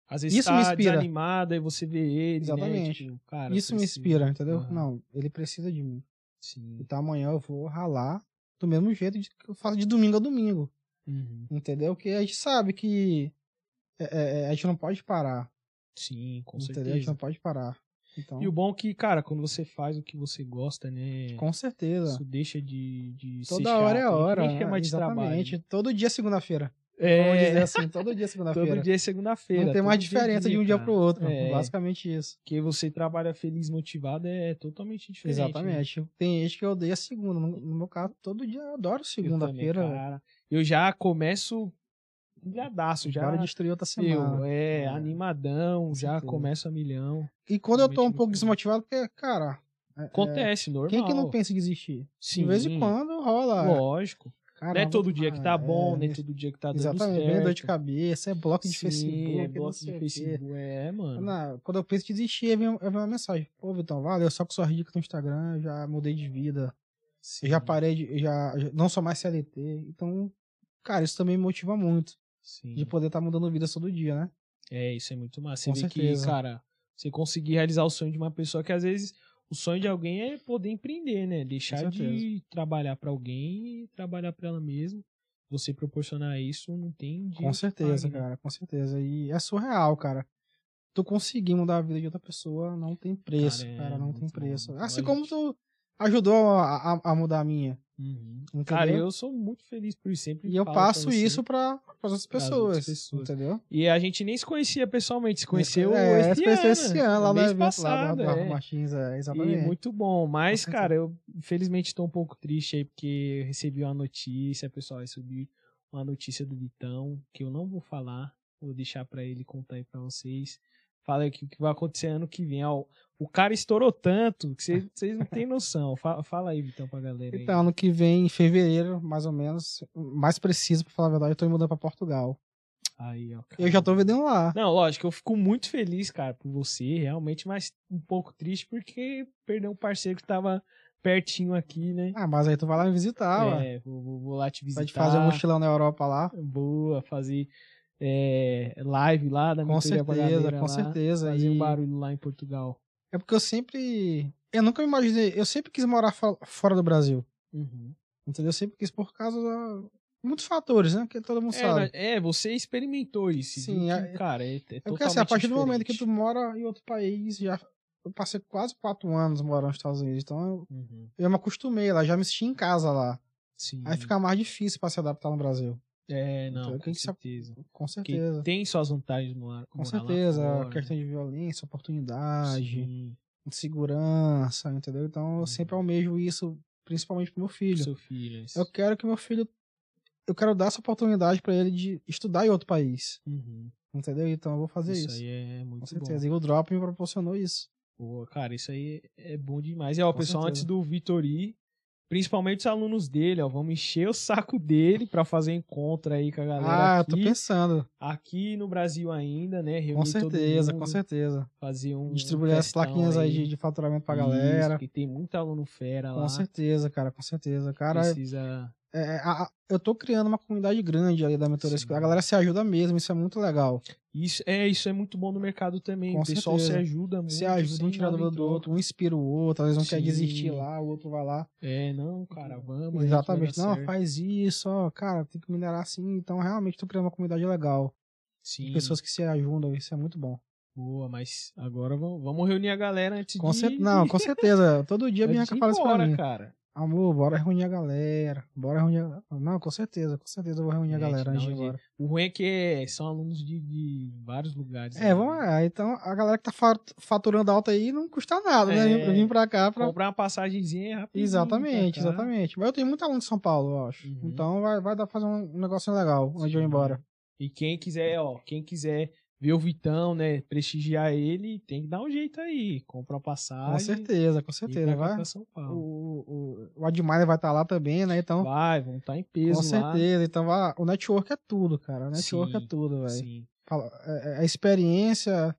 S1: Às vezes
S2: Isso
S1: tá
S2: me inspira.
S1: desanimado, aí você vê ele,
S2: Exatamente.
S1: né, tipo, cara,
S2: Isso me
S1: preciso.
S2: inspira, entendeu?
S1: Aham.
S2: Não, ele precisa de mim.
S1: Sim.
S2: Então amanhã eu vou ralar do mesmo jeito de- que eu faço de domingo a domingo,
S1: Uhum.
S2: entendeu? Porque a gente sabe que é, é, é, a gente não pode parar,
S1: Sim, com
S2: entendeu? A gente
S1: certeza.
S2: não pode parar. Então,
S1: E o bom é que, cara, quando você faz o que você gosta, né,
S2: com certeza.
S1: isso deixa de, de ser
S2: Toda hora é
S1: chato, né, que
S2: hora.
S1: Nem chama de trabalho.
S2: exatamente. Todo dia é segunda-feira. Vamos
S1: É,
S2: dizer assim, todo dia é
S1: Todo
S2: segunda-feira.
S1: dia é segunda-feira.
S2: Não tem mais
S1: todo é
S2: diferença de um dia
S1: cara.
S2: pro outro.
S1: É.
S2: Basicamente isso.
S1: Porque você trabalha feliz, motivado, é totalmente diferente. né?
S2: Exatamente. Tem gente que odeia segunda. No, no meu caso, todo dia eu adoro
S1: Eu
S2: segunda-feira.
S1: também, cara. Eu, já começo pilhadaço, já.
S2: Para de Assim, destruir outra semana.
S1: eu, é,
S2: É.
S1: animadão, já
S2: certeza.
S1: começo a milhão.
S2: E quando eu tô um
S1: é Realmente
S2: pouco
S1: muito.
S2: desmotivado, porque, cara. é- é,
S1: Acontece, normal.
S2: quem que não pensa em desistir?
S1: Sim,
S2: De vez em quando rola.
S1: Lógico.
S2: Caramba,
S1: não é todo dia que tá
S2: ah,
S1: bom,
S2: é,
S1: nem todo dia que tá dando
S2: Exatamente,
S1: certo.
S2: vem dor de cabeça, é bloco de
S1: Sim,
S2: Facebook.
S1: é
S2: não
S1: bloco
S2: sei
S1: de
S2: o quê.
S1: Facebook. É, mano.
S2: Na- quando eu penso em desistir, aí vem, aí vem uma mensagem. Pô, Vitão, valeu, só com sua dica no Instagram, eu já mudei de vida.
S1: Sim,
S2: Eu já parei de. eu Já, já- não sou mais CLT. Então, cara, isso também me motiva muito.
S1: sim.
S2: De poder estar mudando vida todo dia, né?
S1: É, isso é muito massa. Você
S2: Com
S1: vê que,
S2: certeza.
S1: cara, você conseguir realizar o sonho de uma pessoa que às vezes o sonho de alguém é poder empreender, né? Deixar de
S2: certeza.
S1: trabalhar pra alguém e trabalhar pra ela mesma. Você proporcionar isso não tem dinheiro.
S2: Com
S1: que
S2: certeza,
S1: pague, né?
S2: cara, com certeza. E é surreal, cara. Tu conseguir mudar a vida de outra pessoa não tem preço,
S1: Cara, é
S2: cara, não
S1: muito
S2: tem
S1: bom,
S2: preço.
S1: muito bom,
S2: Assim
S1: a
S2: como
S1: gente-
S2: tu ajudou a, a- a mudar a minha.
S1: Uhum.
S2: Entendeu?
S1: Cara, eu sou muito feliz por isso. Sempre
S2: E eu
S1: falo pra
S2: passo
S1: você.
S2: isso para as outras
S1: pras
S2: pessoas,
S1: outras pessoas.
S2: entendeu?
S1: E a gente nem se conhecia pessoalmente, se conheceu
S2: é,
S1: esse,
S2: esse,
S1: ano, né?
S2: esse ano, lá no
S1: mês
S2: evento
S1: passado,
S2: lá do Rafa
S1: é.
S2: Martins, é,
S1: E
S2: exatamente.
S1: muito bom. Mas,
S2: Com certeza.
S1: cara, eu infelizmente tô um pouco triste aí, porque eu recebi uma notícia, pessoal, eu recebi uma notícia do Vitão, que eu não vou falar, vou deixar pra ele contar aí pra vocês. Fala aqui o que vai acontecer ano que vem. Ó, o cara estourou tanto que vocês- vocês não têm noção. Fala, fala aí, Vitão, pra galera aí.
S2: Então, ano que vem, em fevereiro, mais ou menos, mais preciso, pra falar a verdade, eu tô me mudando pra Portugal.
S1: Aí, ó, cara.
S2: Eu já tô vendendo lá.
S1: Não, lógico, eu fico muito feliz, cara, por você, realmente, mas um pouco triste porque perdeu um parceiro que tava pertinho aqui, né?
S2: Ah, mas aí tu vai lá me visitar, Ah, ué.
S1: é, vou, vou- vou lá te visitar.
S2: Vai te fazer um mochilão na Europa lá.
S1: Boa, fazer é, live lá da
S2: Com
S1: mentoria pra
S2: certeza,
S1: galera
S2: com
S1: lá,
S2: certeza.
S1: Fazer um
S2: e-
S1: barulho lá em Portugal.
S2: É porque eu sempre. Eu nunca me imaginei. Eu sempre quis morar fo- fora do Brasil.
S1: Uhum.
S2: Entendeu? Eu sempre quis por causa de muitos fatores, né? Que todo mundo
S1: É,
S2: sabe.
S1: mas- é, você experimentou isso. viu
S2: Sim,
S1: que,
S2: é-
S1: cara, é, é
S2: É
S1: totalmente
S2: porque assim, a partir do momento que tu
S1: diferente.
S2: mora em outro país, já. Eu passei quase quatro anos morando nos Estados Unidos, então eu,
S1: Uhum.
S2: eu me acostumei lá, já me senti em casa lá.
S1: Sim.
S2: Aí fica mais difícil pra se adaptar no Brasil.
S1: É, não,
S2: Então,
S1: com
S2: tem que se-
S1: certeza.
S2: Com
S1: Porque
S2: certeza.
S1: tem suas vantagens morar,
S2: Com
S1: morar é lá
S2: certeza.
S1: fora. né?
S2: Questão de violência, oportunidade,
S1: Sim,
S2: segurança, entendeu? Então
S1: Uhum.
S2: eu sempre almejo isso, principalmente pro meu
S1: pro
S2: filho.
S1: seu filho. é isso.
S2: Eu quero que meu filho. Eu quero dar essa oportunidade pra ele de estudar em outro país.
S1: Uhum.
S2: Entendeu? Então eu vou fazer
S1: Isso
S2: isso.
S1: aí é
S2: Com
S1: muito bom.
S2: certeza. E o Drop me proporcionou isso.
S1: Boa, cara, isso aí é bom demais. E ó,
S2: Com
S1: pessoal,
S2: certeza.
S1: antes do Vitori, principalmente os alunos dele, ó, vamos encher o saco dele pra fazer encontro aí com a galera
S2: Ah, eu
S1: aqui,
S2: tô pensando.
S1: aqui no Brasil ainda, né? Reunir
S2: Com certeza,
S1: todo mundo,
S2: com certeza.
S1: Fazer um
S2: Distribuir as
S1: festão
S2: plaquinhas aí de, de faturamento pra
S1: Isso,
S2: galera.
S1: que tem muito aluno fera lá.
S2: Com certeza, cara, com certeza. Cara,
S1: Precisa.
S2: é, a- a- eu tô criando uma comunidade grande ali da mentoria.
S1: Sim.
S2: A galera se ajuda mesmo, isso é muito legal.
S1: Isso é, isso é muito bom no mercado também.
S2: Com
S1: o pessoal
S2: certeza.
S1: se ajuda muito.
S2: Se ajuda um
S1: sem
S2: tirar
S1: nada
S2: dúvida
S1: em
S2: do
S1: troca.
S2: outro, um inspira o outro, às vezes um quer
S1: Sim.
S2: desistir lá, o outro vai lá.
S1: É, não, cara, vamos. a gente vai
S2: Exatamente.
S1: dar
S2: Não,
S1: certo.
S2: faz isso, ó, cara, tem que minerar assim. Então, realmente, tô criando uma comunidade legal. de
S1: Sim,
S2: Pessoas que se ajudam, isso é muito bom.
S1: boa, mas agora vamos, vamos reunir a galera antes
S2: Com
S1: de...
S2: cer- Não, com certeza. Todo dia a
S1: antes
S2: Bianca
S1: É de ir
S2: fala isso pra
S1: embora,
S2: mim.
S1: cara.
S2: Amor, bora reunir a galera. Bora reunir a... Não, com certeza, com certeza eu vou reunir a
S1: É,
S2: galera
S1: a gente
S2: antes
S1: dá
S2: de
S1: um
S2: ir embora.
S1: O ruim é que é- são alunos de, de vários lugares. né?
S2: É, vamos lá. Então, a galera que tá fa- faturando alto aí não custa nada, né?
S1: É.
S2: Eu vim pra cá pra...
S1: Comprar uma passagenzinha é rapidinho. né,
S2: Exatamente,
S1: pra cá.
S2: exatamente. Mas eu tenho muito aluno de São Paulo, eu acho.
S1: Uhum.
S2: Então vai, vai dar pra fazer um negocinho legal antes de eu ir
S1: Sim.
S2: embora.
S1: E quem quiser, ó, quem quiser ver o Vitão, né, prestigiar ele, tem que dar um jeito aí. Compra uma passagem.
S2: Com certeza, com
S1: e
S2: certeza.
S1: pra cá
S2: Vai.
S1: pra São
S2: O,
S1: Paulo.
S2: o, o Admire vai estar lá também, né? Então,
S1: Vai, vão estar em peso
S2: com
S1: lá.
S2: certeza. Então, vai... o network é tudo, cara. O network
S1: Sim,
S2: é tudo, velho.
S1: Sim.
S2: Fala- É, é- é experiência,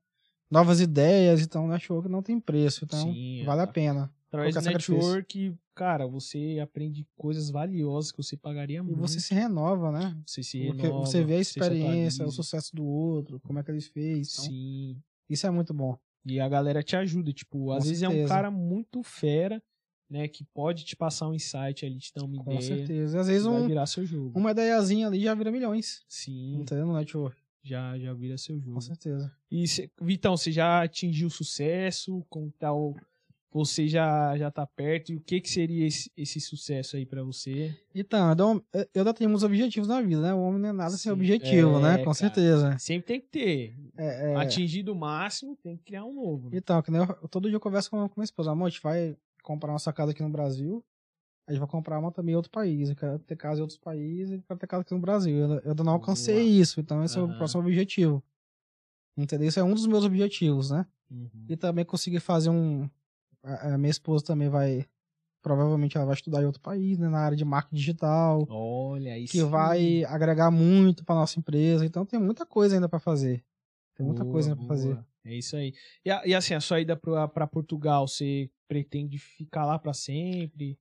S2: novas ideias. Então, o network não tem preço. Então,
S1: Sim,
S2: vale a
S1: tá.
S2: pena.
S1: Através do
S2: Qualquer sacrifício.
S1: network, cara, você aprende coisas valiosas que você pagaria
S2: E
S1: muito.
S2: você se renova, né?
S1: Você Uhum. se
S2: Porque
S1: renova,
S2: você vê a
S1: se tá
S2: experiência, é o
S1: atualiza.
S2: sucesso do outro, como é que ele fez. Então,
S1: Sim.
S2: Isso é muito bom.
S1: E a galera te ajuda. Tipo, às vezes é um
S2: certeza.
S1: cara muito fera, né? Que pode te passar um insight ali, te dar uma
S2: Com
S1: ideia.
S2: certeza. Às
S1: que
S2: vezes
S1: vai
S2: um,
S1: virar seu jogo.
S2: uma ideiazinha ali já vira milhões.
S1: Sim, Uhum.
S2: Entendeu? No network.
S1: já, já vira seu jogo.
S2: Com certeza.
S1: E cê- Vitão, você já atingiu sucesso? Como tal? Você já, já tá perto? E o que que seria esse, esse sucesso aí pra você?
S2: Então, eu, dou- eu- eu ainda tenho uns objetivos na vida, né? O homem não é nada
S1: Sim,
S2: sem objetivo,
S1: é,
S2: né? Com
S1: cara.
S2: certeza.
S1: Sempre tem que ter.
S2: É, é.
S1: Atingido o máximo, tem que criar um novo.
S2: Então, que nem eu- todo dia eu converso com, com minha esposa. Amor, a gente vai comprar nossa casa aqui no Brasil. A gente vai comprar uma também em outro país. Eu quero ter casa em outros países e quero ter casa aqui no Brasil. Eu, eu ainda não alcancei
S1: Boa.
S2: isso. Então, esse é
S1: Aham.
S2: o próximo objetivo. Entendeu? Esse é um dos meus objetivos, né?
S1: Uhum.
S2: E também conseguir fazer um. A, a minha esposa também vai. Provavelmente ela vai estudar em outro país, né? Na área de marketing digital.
S1: Olha isso.
S2: Que vai agregar muito pra nossa empresa. Então tem muita coisa ainda pra fazer. Tem muita
S1: Boa,
S2: coisa ainda pra
S1: boa.
S2: fazer.
S1: É isso aí. E, a- e assim, a sua ida pra, pra Portugal, você pretende ficar lá pra sempre?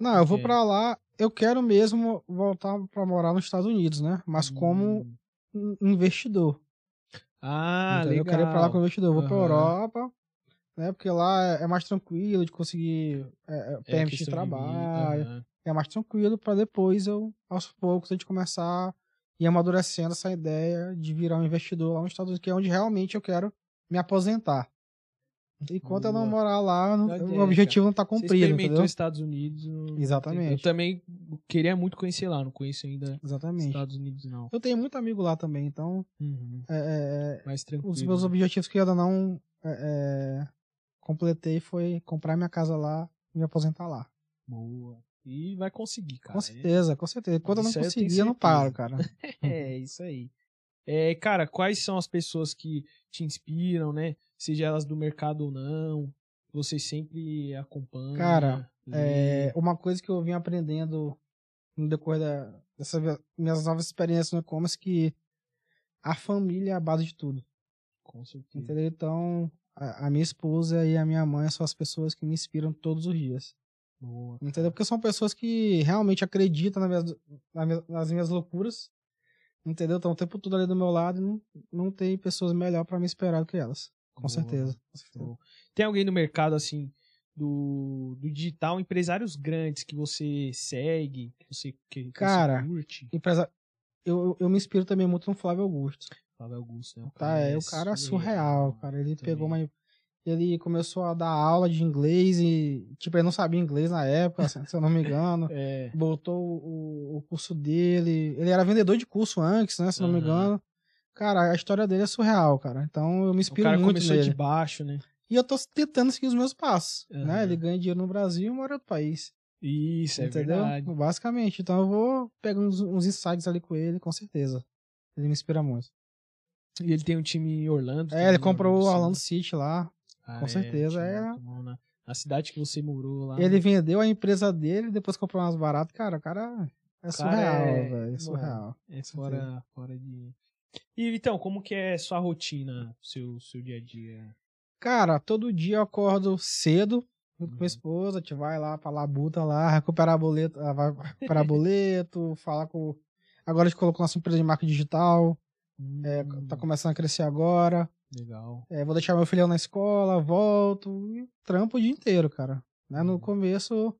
S2: Não, eu vou
S1: É.
S2: pra lá. Eu quero mesmo voltar pra morar nos Estados Unidos, né? Mas como
S1: Hum.
S2: um investidor.
S1: Ah, legal.
S2: entendeu? Eu quero ir pra lá como investidor. Eu vou pra
S1: Aham.
S2: Europa, né? Porque lá é mais tranquilo de conseguir é, é,
S1: É,
S2: permit de
S1: questão vida,
S2: trabalho.
S1: aham.
S2: é mais tranquilo para depois eu, aos poucos, a gente começar a ir amadurecendo essa ideia de virar um investidor lá nos Estados Unidos, que é onde realmente eu quero me aposentar. Enquanto eu não
S1: Boa.
S2: morar lá, eu não-
S1: Boa
S2: o
S1: ideia,
S2: objetivo não tá
S1: Você
S2: cumprido,
S1: experimentou
S2: entendeu?
S1: os Estados Unidos. não-
S2: Exatamente.
S1: Eu também queria muito conhecer lá, não conheço ainda os
S2: Exatamente.
S1: Estados Unidos, não.
S2: Eu tenho muito amigo lá também, então é, é, é,
S1: Mais tranquilo.
S2: os meus
S1: né?
S2: objetivos que eu ainda não é, é, completei foi comprar minha casa lá e me aposentar lá.
S1: Boa. E vai conseguir, cara. É
S2: com certeza, com certeza. Enquanto eu não
S1: Isso aí eu tenho
S2: conseguir, eu não
S1: certeza.
S2: paro, cara.
S1: É, isso aí. É, cara, quais são as pessoas que te inspiram, né? Seja elas do mercado ou não. Você sempre acompanha.
S2: Cara,
S1: lê.
S2: É, uma coisa que eu vim aprendendo no decorrer da, dessas minha- minhas novas experiências no e-commerce que a família é a base de tudo,
S1: com certeza.
S2: entendeu? Então, a, a minha esposa e a minha mãe são as pessoas que me inspiram todos os dias,
S1: Boa.
S2: entendeu? Porque são pessoas que realmente acreditam nas minhas, nas minhas- nas minhas loucuras, entendeu? Estão o tempo todo ali do meu lado e não, não tem pessoas melhor para me esperar do que elas, com
S1: Boa.
S2: certeza.
S1: Show. Tem alguém no mercado, assim, do, do digital, empresários grandes que você segue, que você, que, que
S2: Cara,
S1: você curte?
S2: Empresa- Eu, eu- eu me inspiro também muito no Flávio Augusto.
S1: Flávio Augusto, né?
S2: Tá, é, o cara é surreal, cara. Ele pegou uma. Ele começou a dar aula de inglês e. Tipo, ele não sabia inglês na época, se se eu não me engano.
S1: É,
S2: Botou o, o curso dele. Ele era vendedor de curso antes, né? Se não me
S1: Aham.
S2: engano. Cara, a história dele é surreal, cara. Então eu me
S1: o
S2: inspiro
S1: cara
S2: muito
S1: começou
S2: nele.
S1: de baixo, né?
S2: E eu tô tentando seguir os meus passos,
S1: Aham.
S2: né? Ele ganha dinheiro no Brasil e mora em outro país.
S1: Uhum. Isso, é
S2: entendeu?
S1: verdade.
S2: Basicamente. Então eu vou pegar uns, uns insights ali com ele, com certeza. Ele me inspira muito.
S1: E ele tem um time em Orlando.
S2: É, ele
S1: também,
S2: comprou o
S1: Orlando City.
S2: Orlando City lá.
S1: Cara,
S2: Com certeza,
S1: Ah, tinha
S2: é.
S1: muito bom na, na cidade que você morou lá.
S2: Ele
S1: né?
S2: vendeu a empresa dele, depois comprou umas baratas. Cara, o cara é surreal,
S1: é-
S2: velho. É surreal.
S1: É fora, fora de. E então, como que é sua rotina, seu, seu dia a dia?
S2: Cara, todo dia eu acordo cedo. Junto com
S1: Uhum.
S2: minha esposa, a gente vai lá pra labuta lá, recuperar boleto, ah, vai recuperar boleto, falar com. Agora a gente colocou nossa empresa de marca digital, é,
S1: Hum,
S2: tá começando a crescer agora.
S1: Legal.
S2: É, vou deixar meu filhão na escola, volto e trampo o dia inteiro, cara. Né?
S1: Uhum.
S2: No começo,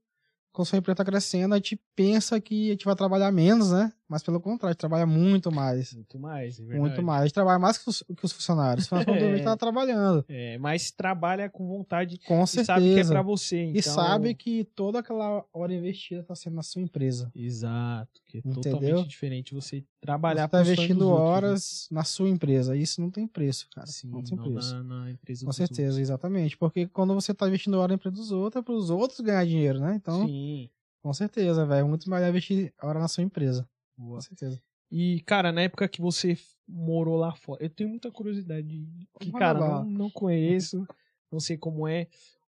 S2: quando sua empresa tá crescendo, a gente pensa que a gente vai trabalhar menos, né? Mas pelo contrário, a gente trabalha muito mais.
S1: Muito mais, é verdade.
S2: Muito mais. A gente trabalha mais que os, que os funcionários. Mas quando a gente tá trabalhando.
S1: É, mas trabalha com vontade
S2: Com
S1: e
S2: certeza.
S1: sabe que é pra você.
S2: E
S1: então-
S2: sabe que toda aquela hora investida tá sendo na sua empresa.
S1: Exato, que é
S2: Entendeu?
S1: totalmente diferente você trabalhar
S2: Você tá
S1: pro sonho dos
S2: investindo
S1: outros, né?
S2: horas na sua empresa. Isso não tem preço, cara.
S1: Sim,
S2: não tem
S1: não
S2: preço.
S1: na, na empresa
S2: Com
S1: dos
S2: certeza,
S1: outros.
S2: exatamente. Porque quando você tá investindo hora na empresa dos outros, é pros outros ganhar dinheiro, né? Então,
S1: Sim,
S2: com certeza, velho. é Muito melhor investir hora na sua empresa.
S1: boa.
S2: Com certeza.
S1: E, cara, na época que você f- morou lá fora, eu tenho muita curiosidade. de- Que,
S2: Manda
S1: cara,
S2: bala.
S1: não, não conheço, não sei como é.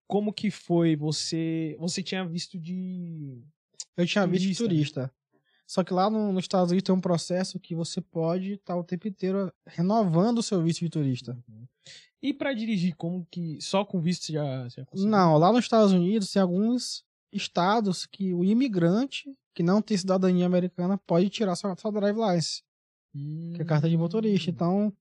S1: Como que foi? Você você tinha visto de.
S2: Eu tinha visto de
S1: Turista, né?
S2: turista. Só que lá no- nos Estados Unidos tem um processo que você pode estar o tempo inteiro renovando o seu visto de turista.
S1: E pra dirigir, como que. Só com visto você já, você já conseguiu?
S2: Não, lá nos Estados Unidos tem alguns estados que o imigrante que não tem cidadania americana pode tirar sua, sua drive license,
S1: Hum.
S2: que é carta de motorista. Então,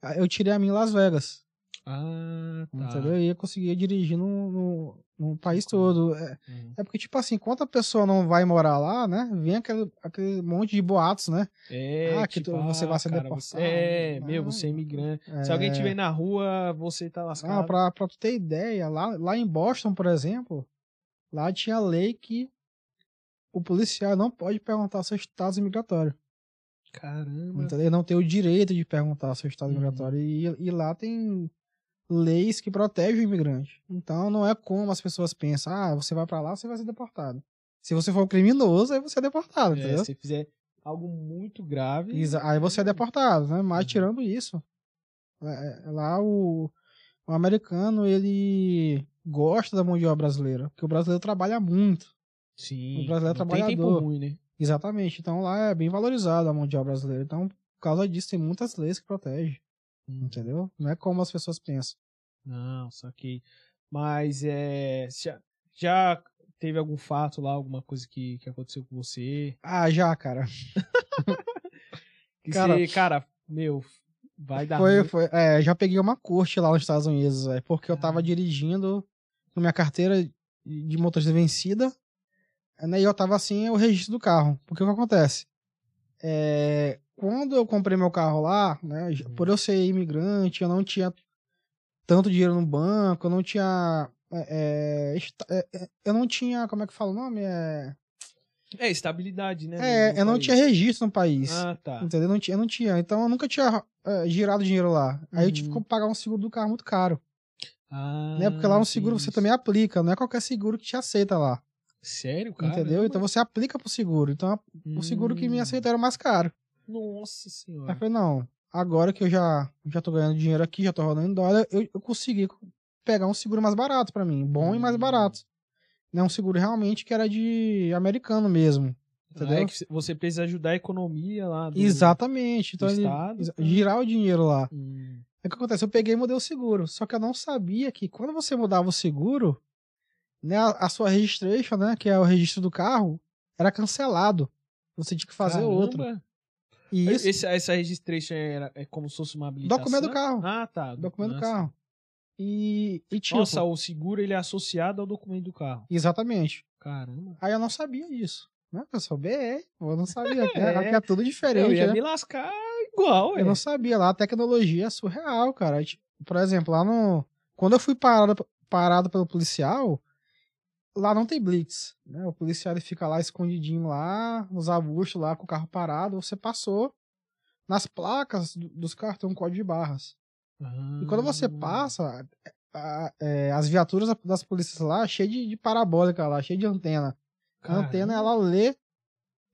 S2: a- eu tirei a minha em Las Vegas,
S1: Ah, tá.
S2: entendeu? E eu conseguia dirigir no, no, no país
S1: Tranquilo.
S2: todo. É,
S1: Uhum.
S2: é porque, tipo assim, enquanto a pessoa não vai morar lá, né, vem aquele, aquele monte de boatos, né?
S1: É,
S2: Ah, que
S1: tipo,
S2: tu- você vai ser
S1: cara,
S2: deportado,
S1: você- é,
S2: né?
S1: meu, você é imigrante.
S2: É,
S1: Se alguém te vê na rua, você tá lascado.
S2: Ah, pra, pra tu ter ideia, lá, lá em Boston, por exemplo, lá tinha lei que o policial não pode perguntar o seu status migratório.
S1: Caramba.
S2: Entendeu? Ele não tem o direito de perguntar o seu status
S1: Uhum.
S2: migratório. E, e lá tem leis que protegem o imigrante. Então não é como as pessoas pensam, ah, você vai pra lá, você vai ser deportado. Se você for um criminoso, aí você é deportado,
S1: É,
S2: entendeu?
S1: se fizer algo muito grave.
S2: Exa- Aí você é deportado, né? Mas
S1: Uhum.
S2: tirando isso, é, é, lá o, o americano ele gosta da mão de obra brasileira, porque o brasileiro trabalha muito.
S1: Sim.
S2: O brasileiro
S1: não Tem tempo
S2: trabalhador.
S1: ruim, né?
S2: Exatamente. Então lá é bem valorizada a mão de obra brasileira. Então, por causa disso, tem muitas leis que protegem, entendeu? Não é como as pessoas pensam.
S1: Hum. Não, saquei. Mas é. Já, já teve algum fato lá, alguma coisa que, que aconteceu com você?
S2: Ah, já, cara.
S1: Que
S2: Cara-
S1: você, cara, meu, vai dar.
S2: Foi,
S1: ruim.
S2: foi, é, já peguei uma corte lá nos Estados Unidos, véio, porque eu
S1: Ah.
S2: tava dirigindo com minha carteira de motorista vencida, né, e eu tava assim, o registro do carro. Porque o que acontece? É, quando eu comprei meu carro lá, né, j-
S1: Uhum.
S2: por eu ser imigrante, eu não tinha tanto dinheiro no banco, eu não tinha. é, é, esta- é, é, eu não tinha, como é que fala o nome? É,
S1: É, estabilidade, né?
S2: é,
S1: no- no
S2: eu não
S1: país.
S2: tinha registro no país.
S1: Ah, tá.
S2: Entendeu? Não tinha, eu não tinha. Então eu nunca tinha eh, girado dinheiro lá. Aí eu tive
S1: Uhum.
S2: que pagar um seguro do carro muito caro.
S1: Ah,
S2: né? Porque lá um seguro você
S1: isso.
S2: também aplica, não é qualquer seguro que te aceita lá.
S1: Sério, cara? Hum.
S2: entendeu? Então você aplica pro seguro. Então a- o seguro que me aceitou Tá, era mais caro.
S1: Nossa
S2: Aí eu
S1: senhora. Ah,
S2: falei, não, agora que eu já, já tô ganhando dinheiro aqui, já tô rodando em dólar, eu, eu consegui pegar um seguro mais barato pra mim. Bom e mais
S1: Hum.
S2: barato. Né? Um seguro realmente que era de americano mesmo.
S1: Ah,
S2: Entendeu?
S1: é que você precisa ajudar a economia lá do,
S2: Exatamente. Então
S1: do
S2: ele,
S1: estado. tá?
S2: girar o dinheiro lá.
S1: Hum,
S2: Aí É O que acontece? Eu peguei e mudei o seguro. Só que eu não sabia que quando você mudava o seguro, né, a, a sua registration, né, que é o registro do carro, era cancelado. Você tinha que fazer
S1: caramba.
S2: outro. E isso,
S1: Esse- essa registration era, é como se fosse uma habilitação?
S2: documento do carro.
S1: Ah, tá.
S2: documento do
S1: Nossa.
S2: carro. E, e tipo,
S1: Nossa, o seguro ele é associado ao documento do carro.
S2: exatamente.
S1: Caramba.
S2: Aí eu não sabia disso. Né? Eu sou BE, eu não sabia. Aqui
S1: É.
S2: é, aqui é tudo
S1: Eu
S2: diferente,
S1: ia
S2: né?
S1: me lascar igual, é.
S2: Eu não sabia lá, a tecnologia é surreal, cara. Tipo, Por exemplo, lá no. Quando eu fui parado, parado pelo policial, lá não tem blitz. Né? O policial ele fica lá escondidinho lá, nos arbustos lá, com o carro parado. Você passou. Nas placas do- dos carros tem um código de barras. E quando você
S1: Ah,
S2: passa, a- é, as viaturas da- das polícias lá, cheio de, de parabólica lá, cheio de antena. A
S1: caramba.
S2: antena, ela lê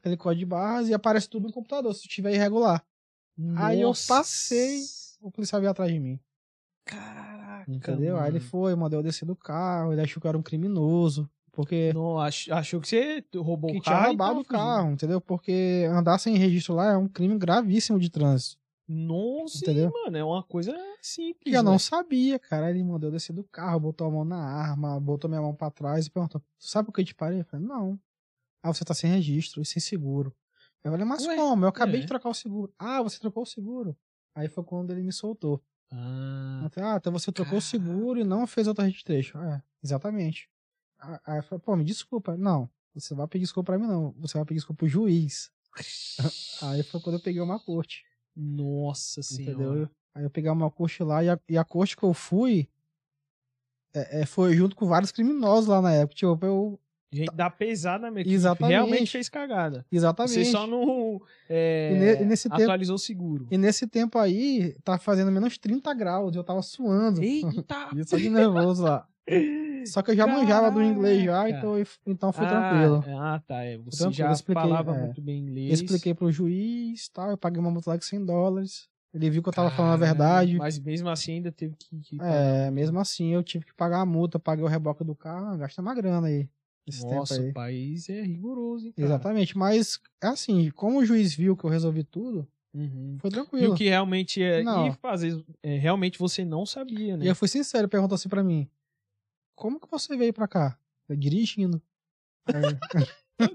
S2: aquele código de barras e aparece tudo no computador, se tiver irregular. aí eu
S1: Nossa.
S2: passei. O policial veio atrás de mim.
S1: Caraca.
S2: Entendeu? Aí ele
S1: mano.
S2: foi, mandou eu descer do carro, ele achou que eu era um criminoso. Porque
S1: Não, ach- achou que você roubou
S2: que
S1: o
S2: tinha
S1: carro. então, e
S2: roubado
S1: tava
S2: o
S1: fugindo.
S2: carro, entendeu? Porque andar sem registro lá é um crime gravíssimo de trânsito.
S1: Nossa,
S2: Entendeu?
S1: mano, é uma coisa simples.
S2: E eu não
S1: né?
S2: sabia, cara. Aí Ele mandou eu descer do carro, botou a mão na arma, botou minha mão pra trás e perguntou: Sabe por que eu te parei? Eu falei: Não. Ah, você tá sem registro e sem seguro. Eu falei: Mas
S1: Ué,
S2: como? Eu acabei
S1: é.
S2: de trocar o seguro. Ah, você trocou o seguro. Aí foi quando ele me soltou.
S1: Ah,
S2: Eu falei, Ah, então você trocou o
S1: cara.
S2: seguro e não fez outra registration. É, exatamente. Ah, Aí eu falei: Pô, me desculpa. Não, você vai pedir desculpa pra mim, não. Você vai pedir desculpa pro juiz. Aí foi quando eu peguei uma corte.
S1: nossa senhora.
S2: Entendeu? Aí eu peguei uma corte lá e a, e a corte que eu fui é, é, foi junto com vários criminosos lá na época. Tipo, eu.
S1: Gente, dá pesada mesmo. que
S2: Exatamente.
S1: Realmente fez cagada.
S2: Exatamente.
S1: Você só não é,
S2: E ne- e nesse tempo-
S1: atualizou o seguro.
S2: E nesse tempo aí, tava fazendo menos 30 graus, eu tava suando.
S1: Eita!
S2: E eu só de nervoso lá. Só que eu já manjava do inglês já,
S1: Caraca.
S2: então, eu- então foi
S1: ah,
S2: tranquilo.
S1: Ah, tá. É, você
S2: Tranquilo,
S1: já
S2: eu expliquei,
S1: falava
S2: é.
S1: muito bem
S2: Eu
S1: inglês.
S2: expliquei pro juiz e tal, eu paguei uma multa lá de 100 dólares. Ele viu que eu tava falando a
S1: Caralho,
S2: verdade.
S1: Mas mesmo assim ainda teve que. que
S2: É, mesmo assim, eu tive que pagar a multa, paguei o reboque do carro, ah, gasta uma grana aí. Esse
S1: Nossa,
S2: tempo aí.
S1: o país é rigoroso, hein? cara?
S2: Exatamente, mas assim, como o juiz viu que eu resolvi tudo,
S1: Uhum.
S2: foi
S1: E
S2: tranquilo.
S1: o que realmente é.
S2: Não.
S1: E às vezes é, realmente você não sabia,
S2: E
S1: né?
S2: eu fui sincero, ele perguntou assim pra mim: Como que você veio pra cá? Eu, dirigindo. Aí,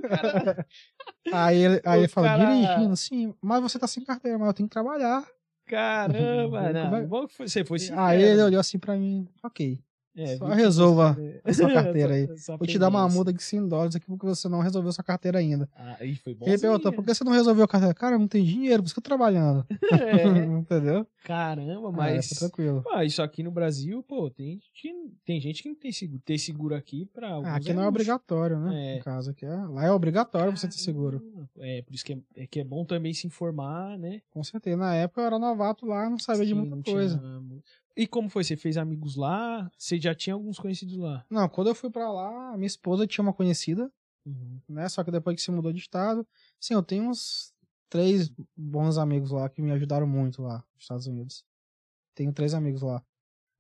S2: aí ele, aí
S1: o
S2: ele falou:
S1: cara-
S2: Dirigindo, sim, mas você tá sem carteira, mas eu tenho que trabalhar.
S1: Caramba,
S2: Como
S1: não.
S2: é-
S1: Bom que foi- você foi sincero.
S2: aí ele olhou assim pra mim: Ok,
S1: É,
S2: só
S1: viu?
S2: resolva
S1: É.
S2: a sua carteira aí.
S1: Essa- essa
S2: Vou te dar uma
S1: premissa.
S2: multa de 100 dólares aqui porque você não resolveu sua carteira ainda.
S1: Ah, e foi bom.
S2: Ele perguntou: Por que você não resolveu a carteira? Cara, eu não tem dinheiro, por isso que eu tô trabalhando. Entendeu?
S1: Caramba,
S2: Aí,
S1: É. mas.
S2: É, foi tranquilo.
S1: Ah, isso aqui no Brasil, pô, tem, gente- tem gente que não tem seguro. Ter seguro aqui pra. alguns
S2: Ah, aqui não é
S1: luxo.
S2: obrigatório, né?
S1: É.
S2: No caso, aqui é, lá é obrigatório você ter seguro.
S1: É, por isso que é, é que é bom também se informar, né?
S2: Com certeza. Na época eu era novato lá, não sabia de
S1: Sim,
S2: muita
S1: não tinha
S2: coisa.
S1: mu- E como foi? Você fez amigos lá? Você já tinha alguns conhecidos lá?
S2: Não, quando eu fui pra lá, minha esposa tinha uma conhecida, né? Só que depois que se mudou de estado, sim, eu tenho uns três bons amigos lá que me ajudaram muito lá nos Estados Unidos. Tenho três amigos lá.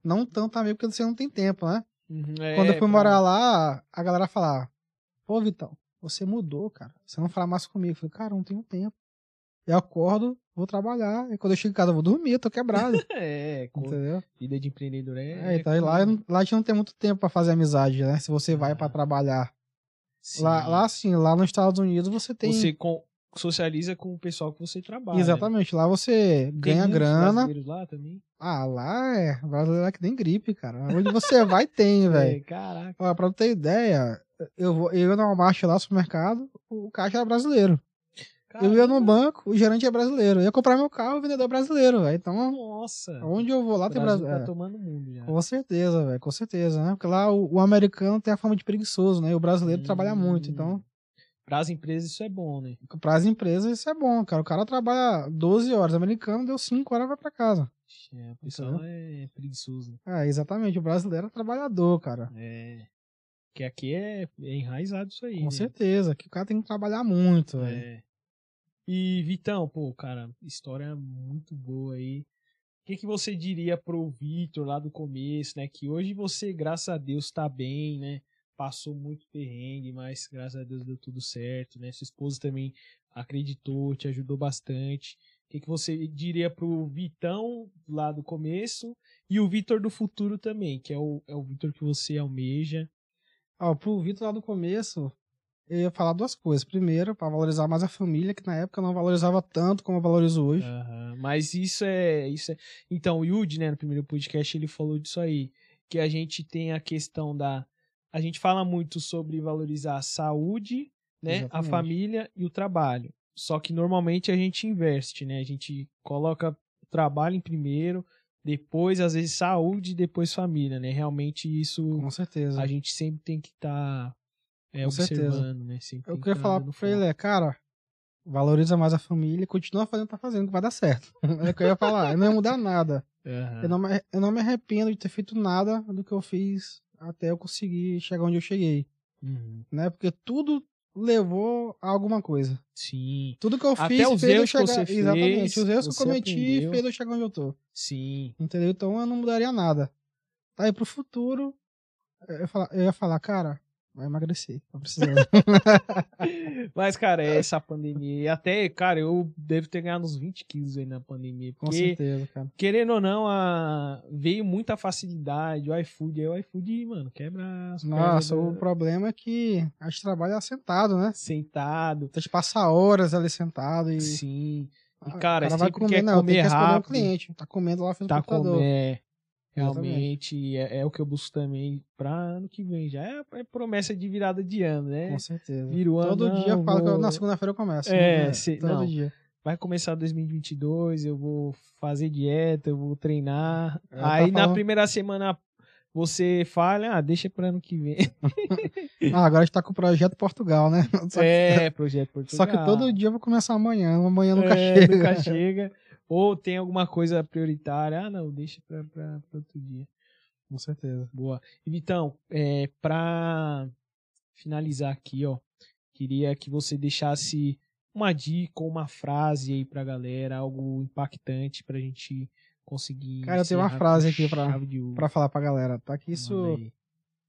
S2: Não tanto amigo porque você não tem tempo, né?
S1: Uhum, é,
S2: quando eu fui
S1: pra-
S2: morar lá, a galera falava: Pô, Vitão, você mudou, cara. Você não fala mais comigo. Eu falei, cara, eu não tenho tempo. Eu acordo, vou trabalhar. E quando eu chego em casa, eu vou dormir, eu tô quebrado.
S1: É, com-
S2: entendeu?
S1: vida de empreendedor é.
S2: É, então, aí lá, eu não- lá a gente não tem muito tempo pra fazer amizade, né? Se você vai pra
S1: Ah,
S2: trabalhar.
S1: Sim.
S2: Lá, lá sim, lá nos Estados Unidos você tem.
S1: Você com- socializa com o pessoal que você trabalha.
S2: Exatamente, lá você
S1: né? Tem
S2: ganha
S1: muitos
S2: grana.
S1: brasileiros Lá também.
S2: Ah, lá é. Brasileiro é que tem gripe, cara. Onde você vai, tem, velho.
S1: É, caraca.
S2: Ó, pra ter ideia, eu, vou, eu ia numa marcha lá no supermercado, o caixa era brasileiro. Eu ia
S1: Caramba,
S2: num banco, o gerente é brasileiro. Eu ia comprar meu carro, o vendedor é brasileiro, velho. Então,
S1: Nossa.
S2: onde eu vou lá
S1: o
S2: tem é.
S1: Brasil
S2: brasileiro.
S1: tá tomando o mundo já.
S2: Com certeza, velho, com certeza, né? Porque lá o, o americano tem a fama de preguiçoso, né? E o brasileiro
S1: Hum.
S2: trabalha muito. Então,
S1: Para as empresas isso é bom, né?
S2: para as empresas isso é bom, cara. O cara trabalha 12 horas, o americano deu 5 horas vai pra casa.
S1: É, o pessoal é preguiçoso.
S2: É, exatamente. O brasileiro é trabalhador, cara.
S1: É. Que aqui é, é enraizado isso aí.
S2: Com
S1: né?
S2: certeza, que o cara tem que trabalhar muito, velho.
S1: É. E Vitão, pô, cara, história muito boa aí. O que, que você diria pro Vitor lá do começo, né? Que hoje você, graças a Deus, tá bem, né? Passou muito perrengue, mas graças a Deus deu tudo certo, né? Sua esposa também acreditou, te ajudou bastante. O que, que você diria pro Vitão lá do começo e o Vitor do futuro também, que é o, é o Vitor que você almeja.
S2: Ó, pro Vitor lá do começo, eu ia falar duas coisas. Primeiro, pra valorizar mais a família, que na época eu não valorizava tanto como eu valorizo hoje.
S1: Aham, Mas isso é, isso é. Então, o Yudi, né, no primeiro podcast, ele falou disso aí. Que a gente tem a questão da. A gente fala muito sobre valorizar a saúde, né? A
S2: Exatamente.
S1: família e o trabalho. Só que normalmente a gente investe, né? A gente coloca o trabalho em primeiro, depois, às vezes, saúde, depois família, né? Realmente isso
S2: Com certeza.
S1: a gente sempre tem que estar
S2: Com certeza.
S1: observando, né? Sempre
S2: Eu
S1: tem
S2: queria
S1: tá
S2: falar
S1: dando
S2: pra
S1: foco.
S2: ele, é, cara, valoriza mais a família e continua fazendo o que tá fazendo, que vai dar certo. É o que eu ia falar, eu não ia mudar nada.
S1: Aham.
S2: Eu não, me, eu não me arrependo de ter feito nada do que eu fiz até eu conseguir chegar onde eu cheguei.
S1: Uhum.
S2: Né? Porque tudo levou a alguma coisa.
S1: Sim,
S2: Tudo que eu
S1: Até
S2: fiz
S1: os
S2: fez eu
S1: erros que
S2: chegar.
S1: você fez,
S2: Exatamente. Os erros que eu
S1: você
S2: cometi
S1: aprendeu.
S2: fez eu chegar onde eu tô.
S1: sim.
S2: Entendeu? Então eu não mudaria nada. Tá aí pro futuro. Eu ia falar, eu ia falar, cara, vai emagrecer. Tá precisando.
S1: Mas, cara, é essa pandemia. E até, cara, eu devo ter ganhado uns 20 quilos aí na pandemia.
S2: Com
S1: Porque,
S2: certeza, cara.
S1: querendo ou não, a... veio muita facilidade. O iFood, aí o iFood, mano, quebra as
S2: Nossa, o
S1: pernas
S2: problema é que a gente trabalha sentado, né?
S1: sentado.
S2: Então a gente passa horas ali sentado e.
S1: Sim. E,
S2: Ah,
S1: cara, se
S2: vai
S1: tu
S2: comer,
S1: quer
S2: não, tem
S1: comer
S2: que responder o
S1: rápido.
S2: cliente. Tá comendo lá, fez
S1: Tá
S2: no computador.
S1: comendo. é,
S2: Exatamente.
S1: Realmente, é, é o que eu busco também pra ano que vem. Já é, é promessa de virada de ano, né?
S2: Com certeza.
S1: Vira o ano.
S2: Todo
S1: não,
S2: dia eu falo que é eu-
S1: vou-
S2: na segunda-feira eu começo.
S1: É,
S2: né?
S1: se-
S2: Todo
S1: não.
S2: dia.
S1: vai começar 2022, eu vou fazer dieta, eu vou treinar.
S2: Ela tá
S1: Aí na
S2: falando-
S1: primeira semana você falha, ah, deixa para ano que vem.
S2: Ah, agora a gente tá com o projeto Portugal, né? Só que,
S1: é, projeto
S2: só
S1: Portugal.
S2: que todo dia eu vou começar amanhã. Amanhã nunca
S1: É,
S2: chega.
S1: nunca chega. Ou tem alguma coisa prioritária, ah, não, deixa para outro dia.
S2: Com certeza.
S1: Boa. E Vitão, é, para finalizar aqui, ó, queria que você deixasse uma dica ou uma frase aí pra galera, algo impactante pra gente conseguir.
S2: Cara, eu tenho uma
S1: encerrar com
S2: frase aqui pra-
S1: chave de ouro.
S2: Pra falar pra galera, tá? Que isso
S1: Manda aí.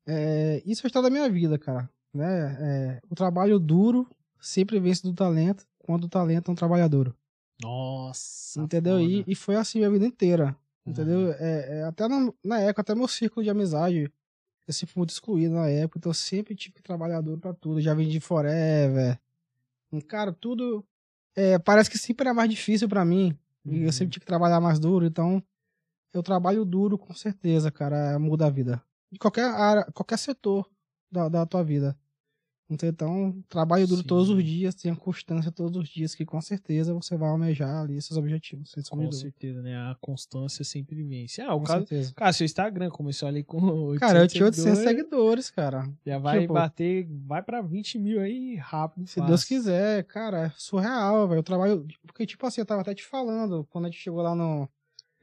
S2: é, isso é a história da minha vida, cara. Né? É, o trabalho duro sempre vence do talento, quando o talento é um trabalho duro.
S1: Nossa.
S2: entendeu?
S1: foda.
S2: E, e foi assim minha vida inteira.
S1: Aham.
S2: Entendeu? É, é, até na, na época, até meu círculo de amizade, eu sempre fui muito excluído na época, então eu sempre tive que trabalhar duro pra tudo. Já vendi forever. E, cara, tudo. é, parece que sempre era mais difícil pra mim. E
S1: Uhum.
S2: eu sempre tive que trabalhar mais duro, então. Eu trabalho duro, com certeza, cara. é, Muda a vida. De qualquer área, qualquer setor da, da tua vida. Então, Então, trabalho duro
S1: Sim.
S2: todos os dias, tenha constância todos os dias, que com certeza você vai almejar ali seus objetivos. Sem sombra
S1: Com
S2: de dúvida.
S1: certeza, né? A constância sempre vence. Ah, o
S2: Com
S1: caso.
S2: certeza.
S1: Cara, seu Instagram começou ali com 800
S2: Cara, eu tinha 800
S1: seguidores,
S2: seguidores, cara.
S1: Já vai
S2: Tipo-
S1: bater, vai pra 20 mil aí rápido.
S2: Se
S1: fácil.
S2: Deus quiser, cara, é surreal, velho. Eu trabalho. Porque, tipo assim, eu tava até te falando, quando a gente chegou lá no,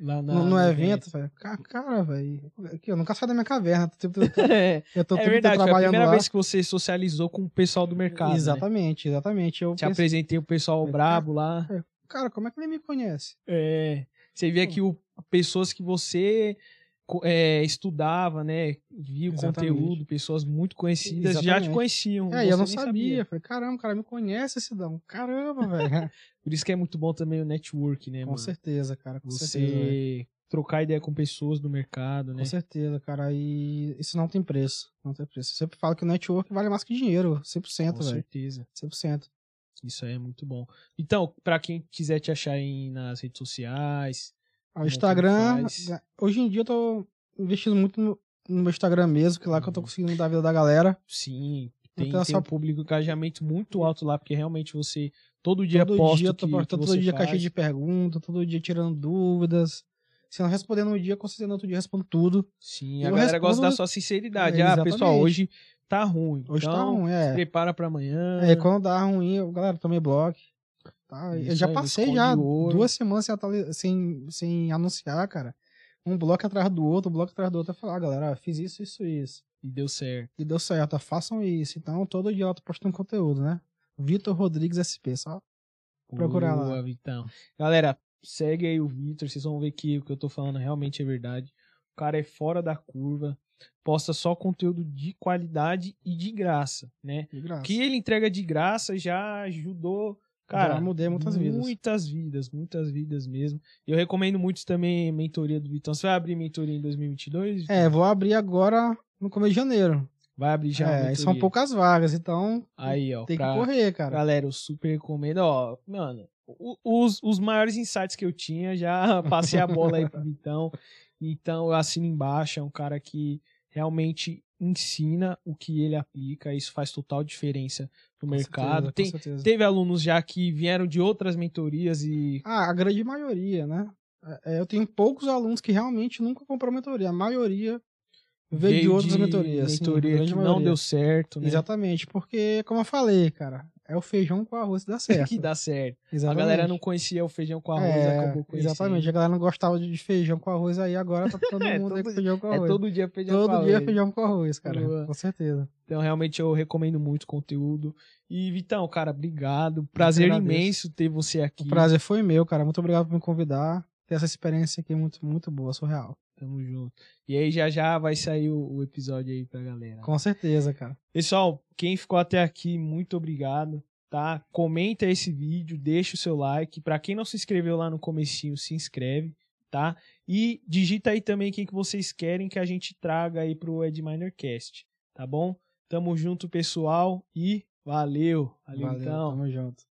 S1: Lá na-
S2: no, no
S1: no
S2: é evento, velho. Ca- Cara, velho. aqui, Eu nunca saio da minha caverna. Eu tô, eu tô,
S1: É.
S2: eu tô,
S1: É
S2: eu tô
S1: verdade, foi a
S2: trabalhando
S1: primeira
S2: lá.
S1: vez que você socializou com o pessoal do mercado. Exatamente.
S2: exatamente, exatamente. Eu
S1: né? Te
S2: pensei,
S1: apresentei o pessoal brabo lá.
S2: cara, como é que ele me conhece?
S1: É, você via que o, pessoas que você co- é, estudava, né? Via o
S2: Exatamente.
S1: conteúdo, pessoas muito conhecidas já te
S2: Exatamente.
S1: conheciam.
S2: É, e eu
S1: você
S2: não
S1: nem
S2: sabia. Falei, caramba, o cara me conhece, Sidão. Caramba, velho.
S1: Por isso que é muito bom também o network, né,
S2: com
S1: mano?
S2: certeza, cara. Com
S1: Você
S2: certeza. velho.
S1: trocar ideia com pessoas do mercado, né?
S2: Com certeza, cara. E isso não tem preço. Não tem preço. Eu sempre falo que o network vale mais que dinheiro. 100%,
S1: Com
S2: velho.
S1: certeza.
S2: 100%.
S1: Isso aí é muito bom. Então, pra quem quiser te achar aí nas redes sociais,
S2: Ah, O
S1: que
S2: Instagram. né,
S1: faz?
S2: Hoje em dia eu tô investindo muito no, no meu Instagram mesmo, que é lá que eu tô
S1: Uhum.
S2: conseguindo mudar a vida da galera.
S1: Sim, tem,
S2: Então,
S1: tem
S2: só-
S1: um público engajamento muito alto lá, porque realmente você todo dia
S2: todo
S1: posta
S2: dia,
S1: o
S2: eu tô,
S1: que,
S2: tô
S1: que
S2: todo
S1: você
S2: dia
S1: faz.
S2: caixa de perguntas, todo dia tirando dúvidas. Se eu não responder no dia, com certeza no outro dia eu respondo tudo.
S1: Sim, a
S2: Eu
S1: galera gosta da
S2: respondo-
S1: sua sinceridade.
S2: É,
S1: ah, pessoal,
S2: exatamente.
S1: hoje tá ruim.
S2: Hoje
S1: então,
S2: tá ruim, é.
S1: se prepara pra amanhã.
S2: É, quando dá ruim, eu, galera, tomei bloco. Tá? Eu
S1: Isso é
S2: já
S1: aí, não
S2: passei
S1: esconde
S2: já
S1: o ouro.
S2: duas semanas sem, atuali- sem, sem anunciar, cara. Um bloco atrás do outro, um bloco atrás do outro. Eu falar, ah, galera, fiz isso, isso, isso.
S1: E deu certo.
S2: E deu certo, façam isso. Então, todo dia eu tô postando conteúdo, né? Vitor Rodrigues SP, só. Procurar lá.
S1: Boa, Vitão. Galera, segue aí o Vitor, vocês vão ver que o que eu tô falando realmente é verdade. O cara é fora da curva, posta só conteúdo de qualidade e de graça, né?
S2: De graça.
S1: O que ele entrega de graça já ajudou. Cara,
S2: Já mudei muitas vidas.
S1: Muitas vidas, muitas vidas mesmo. Eu recomendo muito também a mentoria do Vitão. Você vai abrir mentoria em 2022?
S2: É, vou abrir agora no começo de janeiro.
S1: Vai abrir já. a
S2: é, e são
S1: mentoria.
S2: poucas vagas, então
S1: Aí, ó.
S2: tem
S1: pra-
S2: que correr, cara.
S1: Galera, eu super recomendo. Ó, mano, o- os, os maiores insights que eu tinha, já passei a bola aí pro Vitão. Então, eu assino embaixo. É um cara que realmente ensina o que ele aplica. Isso faz total diferença no
S2: Com
S1: mercado.
S2: certeza,
S1: Tem,
S2: com certeza.
S1: Teve alunos já que vieram de outras mentorias e.
S2: Ah, a grande maioria, né? É, eu tenho poucos alunos que realmente nunca compram mentoria. A maioria veio, de outras mentorias. sim, a
S1: Mentoria
S2: grande
S1: que
S2: maioria.
S1: não deu certo, né?
S2: Exatamente, porque, como eu falei, cara, É o feijão com arroz que dá certo.
S1: que dá certo. A
S2: Exatamente.
S1: galera não conhecia o feijão com né? arroz,
S2: É,
S1: acabou conhecendo.
S2: Exatamente, a galera não gostava de de feijão com arroz, aí agora tá todo
S1: É,
S2: mundo aí com
S1: todo-
S2: feijão com
S1: É
S2: arroz.
S1: todo dia feijão
S2: Todo
S1: com arroz.
S2: dia é feijão com arroz, cara.
S1: Boa.
S2: Com certeza.
S1: Então, realmente, eu recomendo muito o conteúdo. E, Vitão, cara, obrigado. Prazer
S2: agradeço.
S1: imenso ter você aqui.
S2: O prazer foi meu, cara. Muito obrigado por me convidar. Ter essa experiência aqui é muito, muito boa, surreal.
S1: Tamo junto. E aí, já já vai sair o, o episódio aí pra galera.
S2: Com certeza, cara.
S1: Pessoal, quem ficou até aqui, muito obrigado, tá? Comenta esse vídeo, deixa o seu like. Pra quem não se inscreveu lá no comecinho, se inscreve, tá? E digita aí também quem que vocês querem que a gente traga aí pro Edminercast, tá bom? Tamo junto, pessoal, e valeu. Valeu,
S2: Valeu,
S1: então.
S2: tamo junto.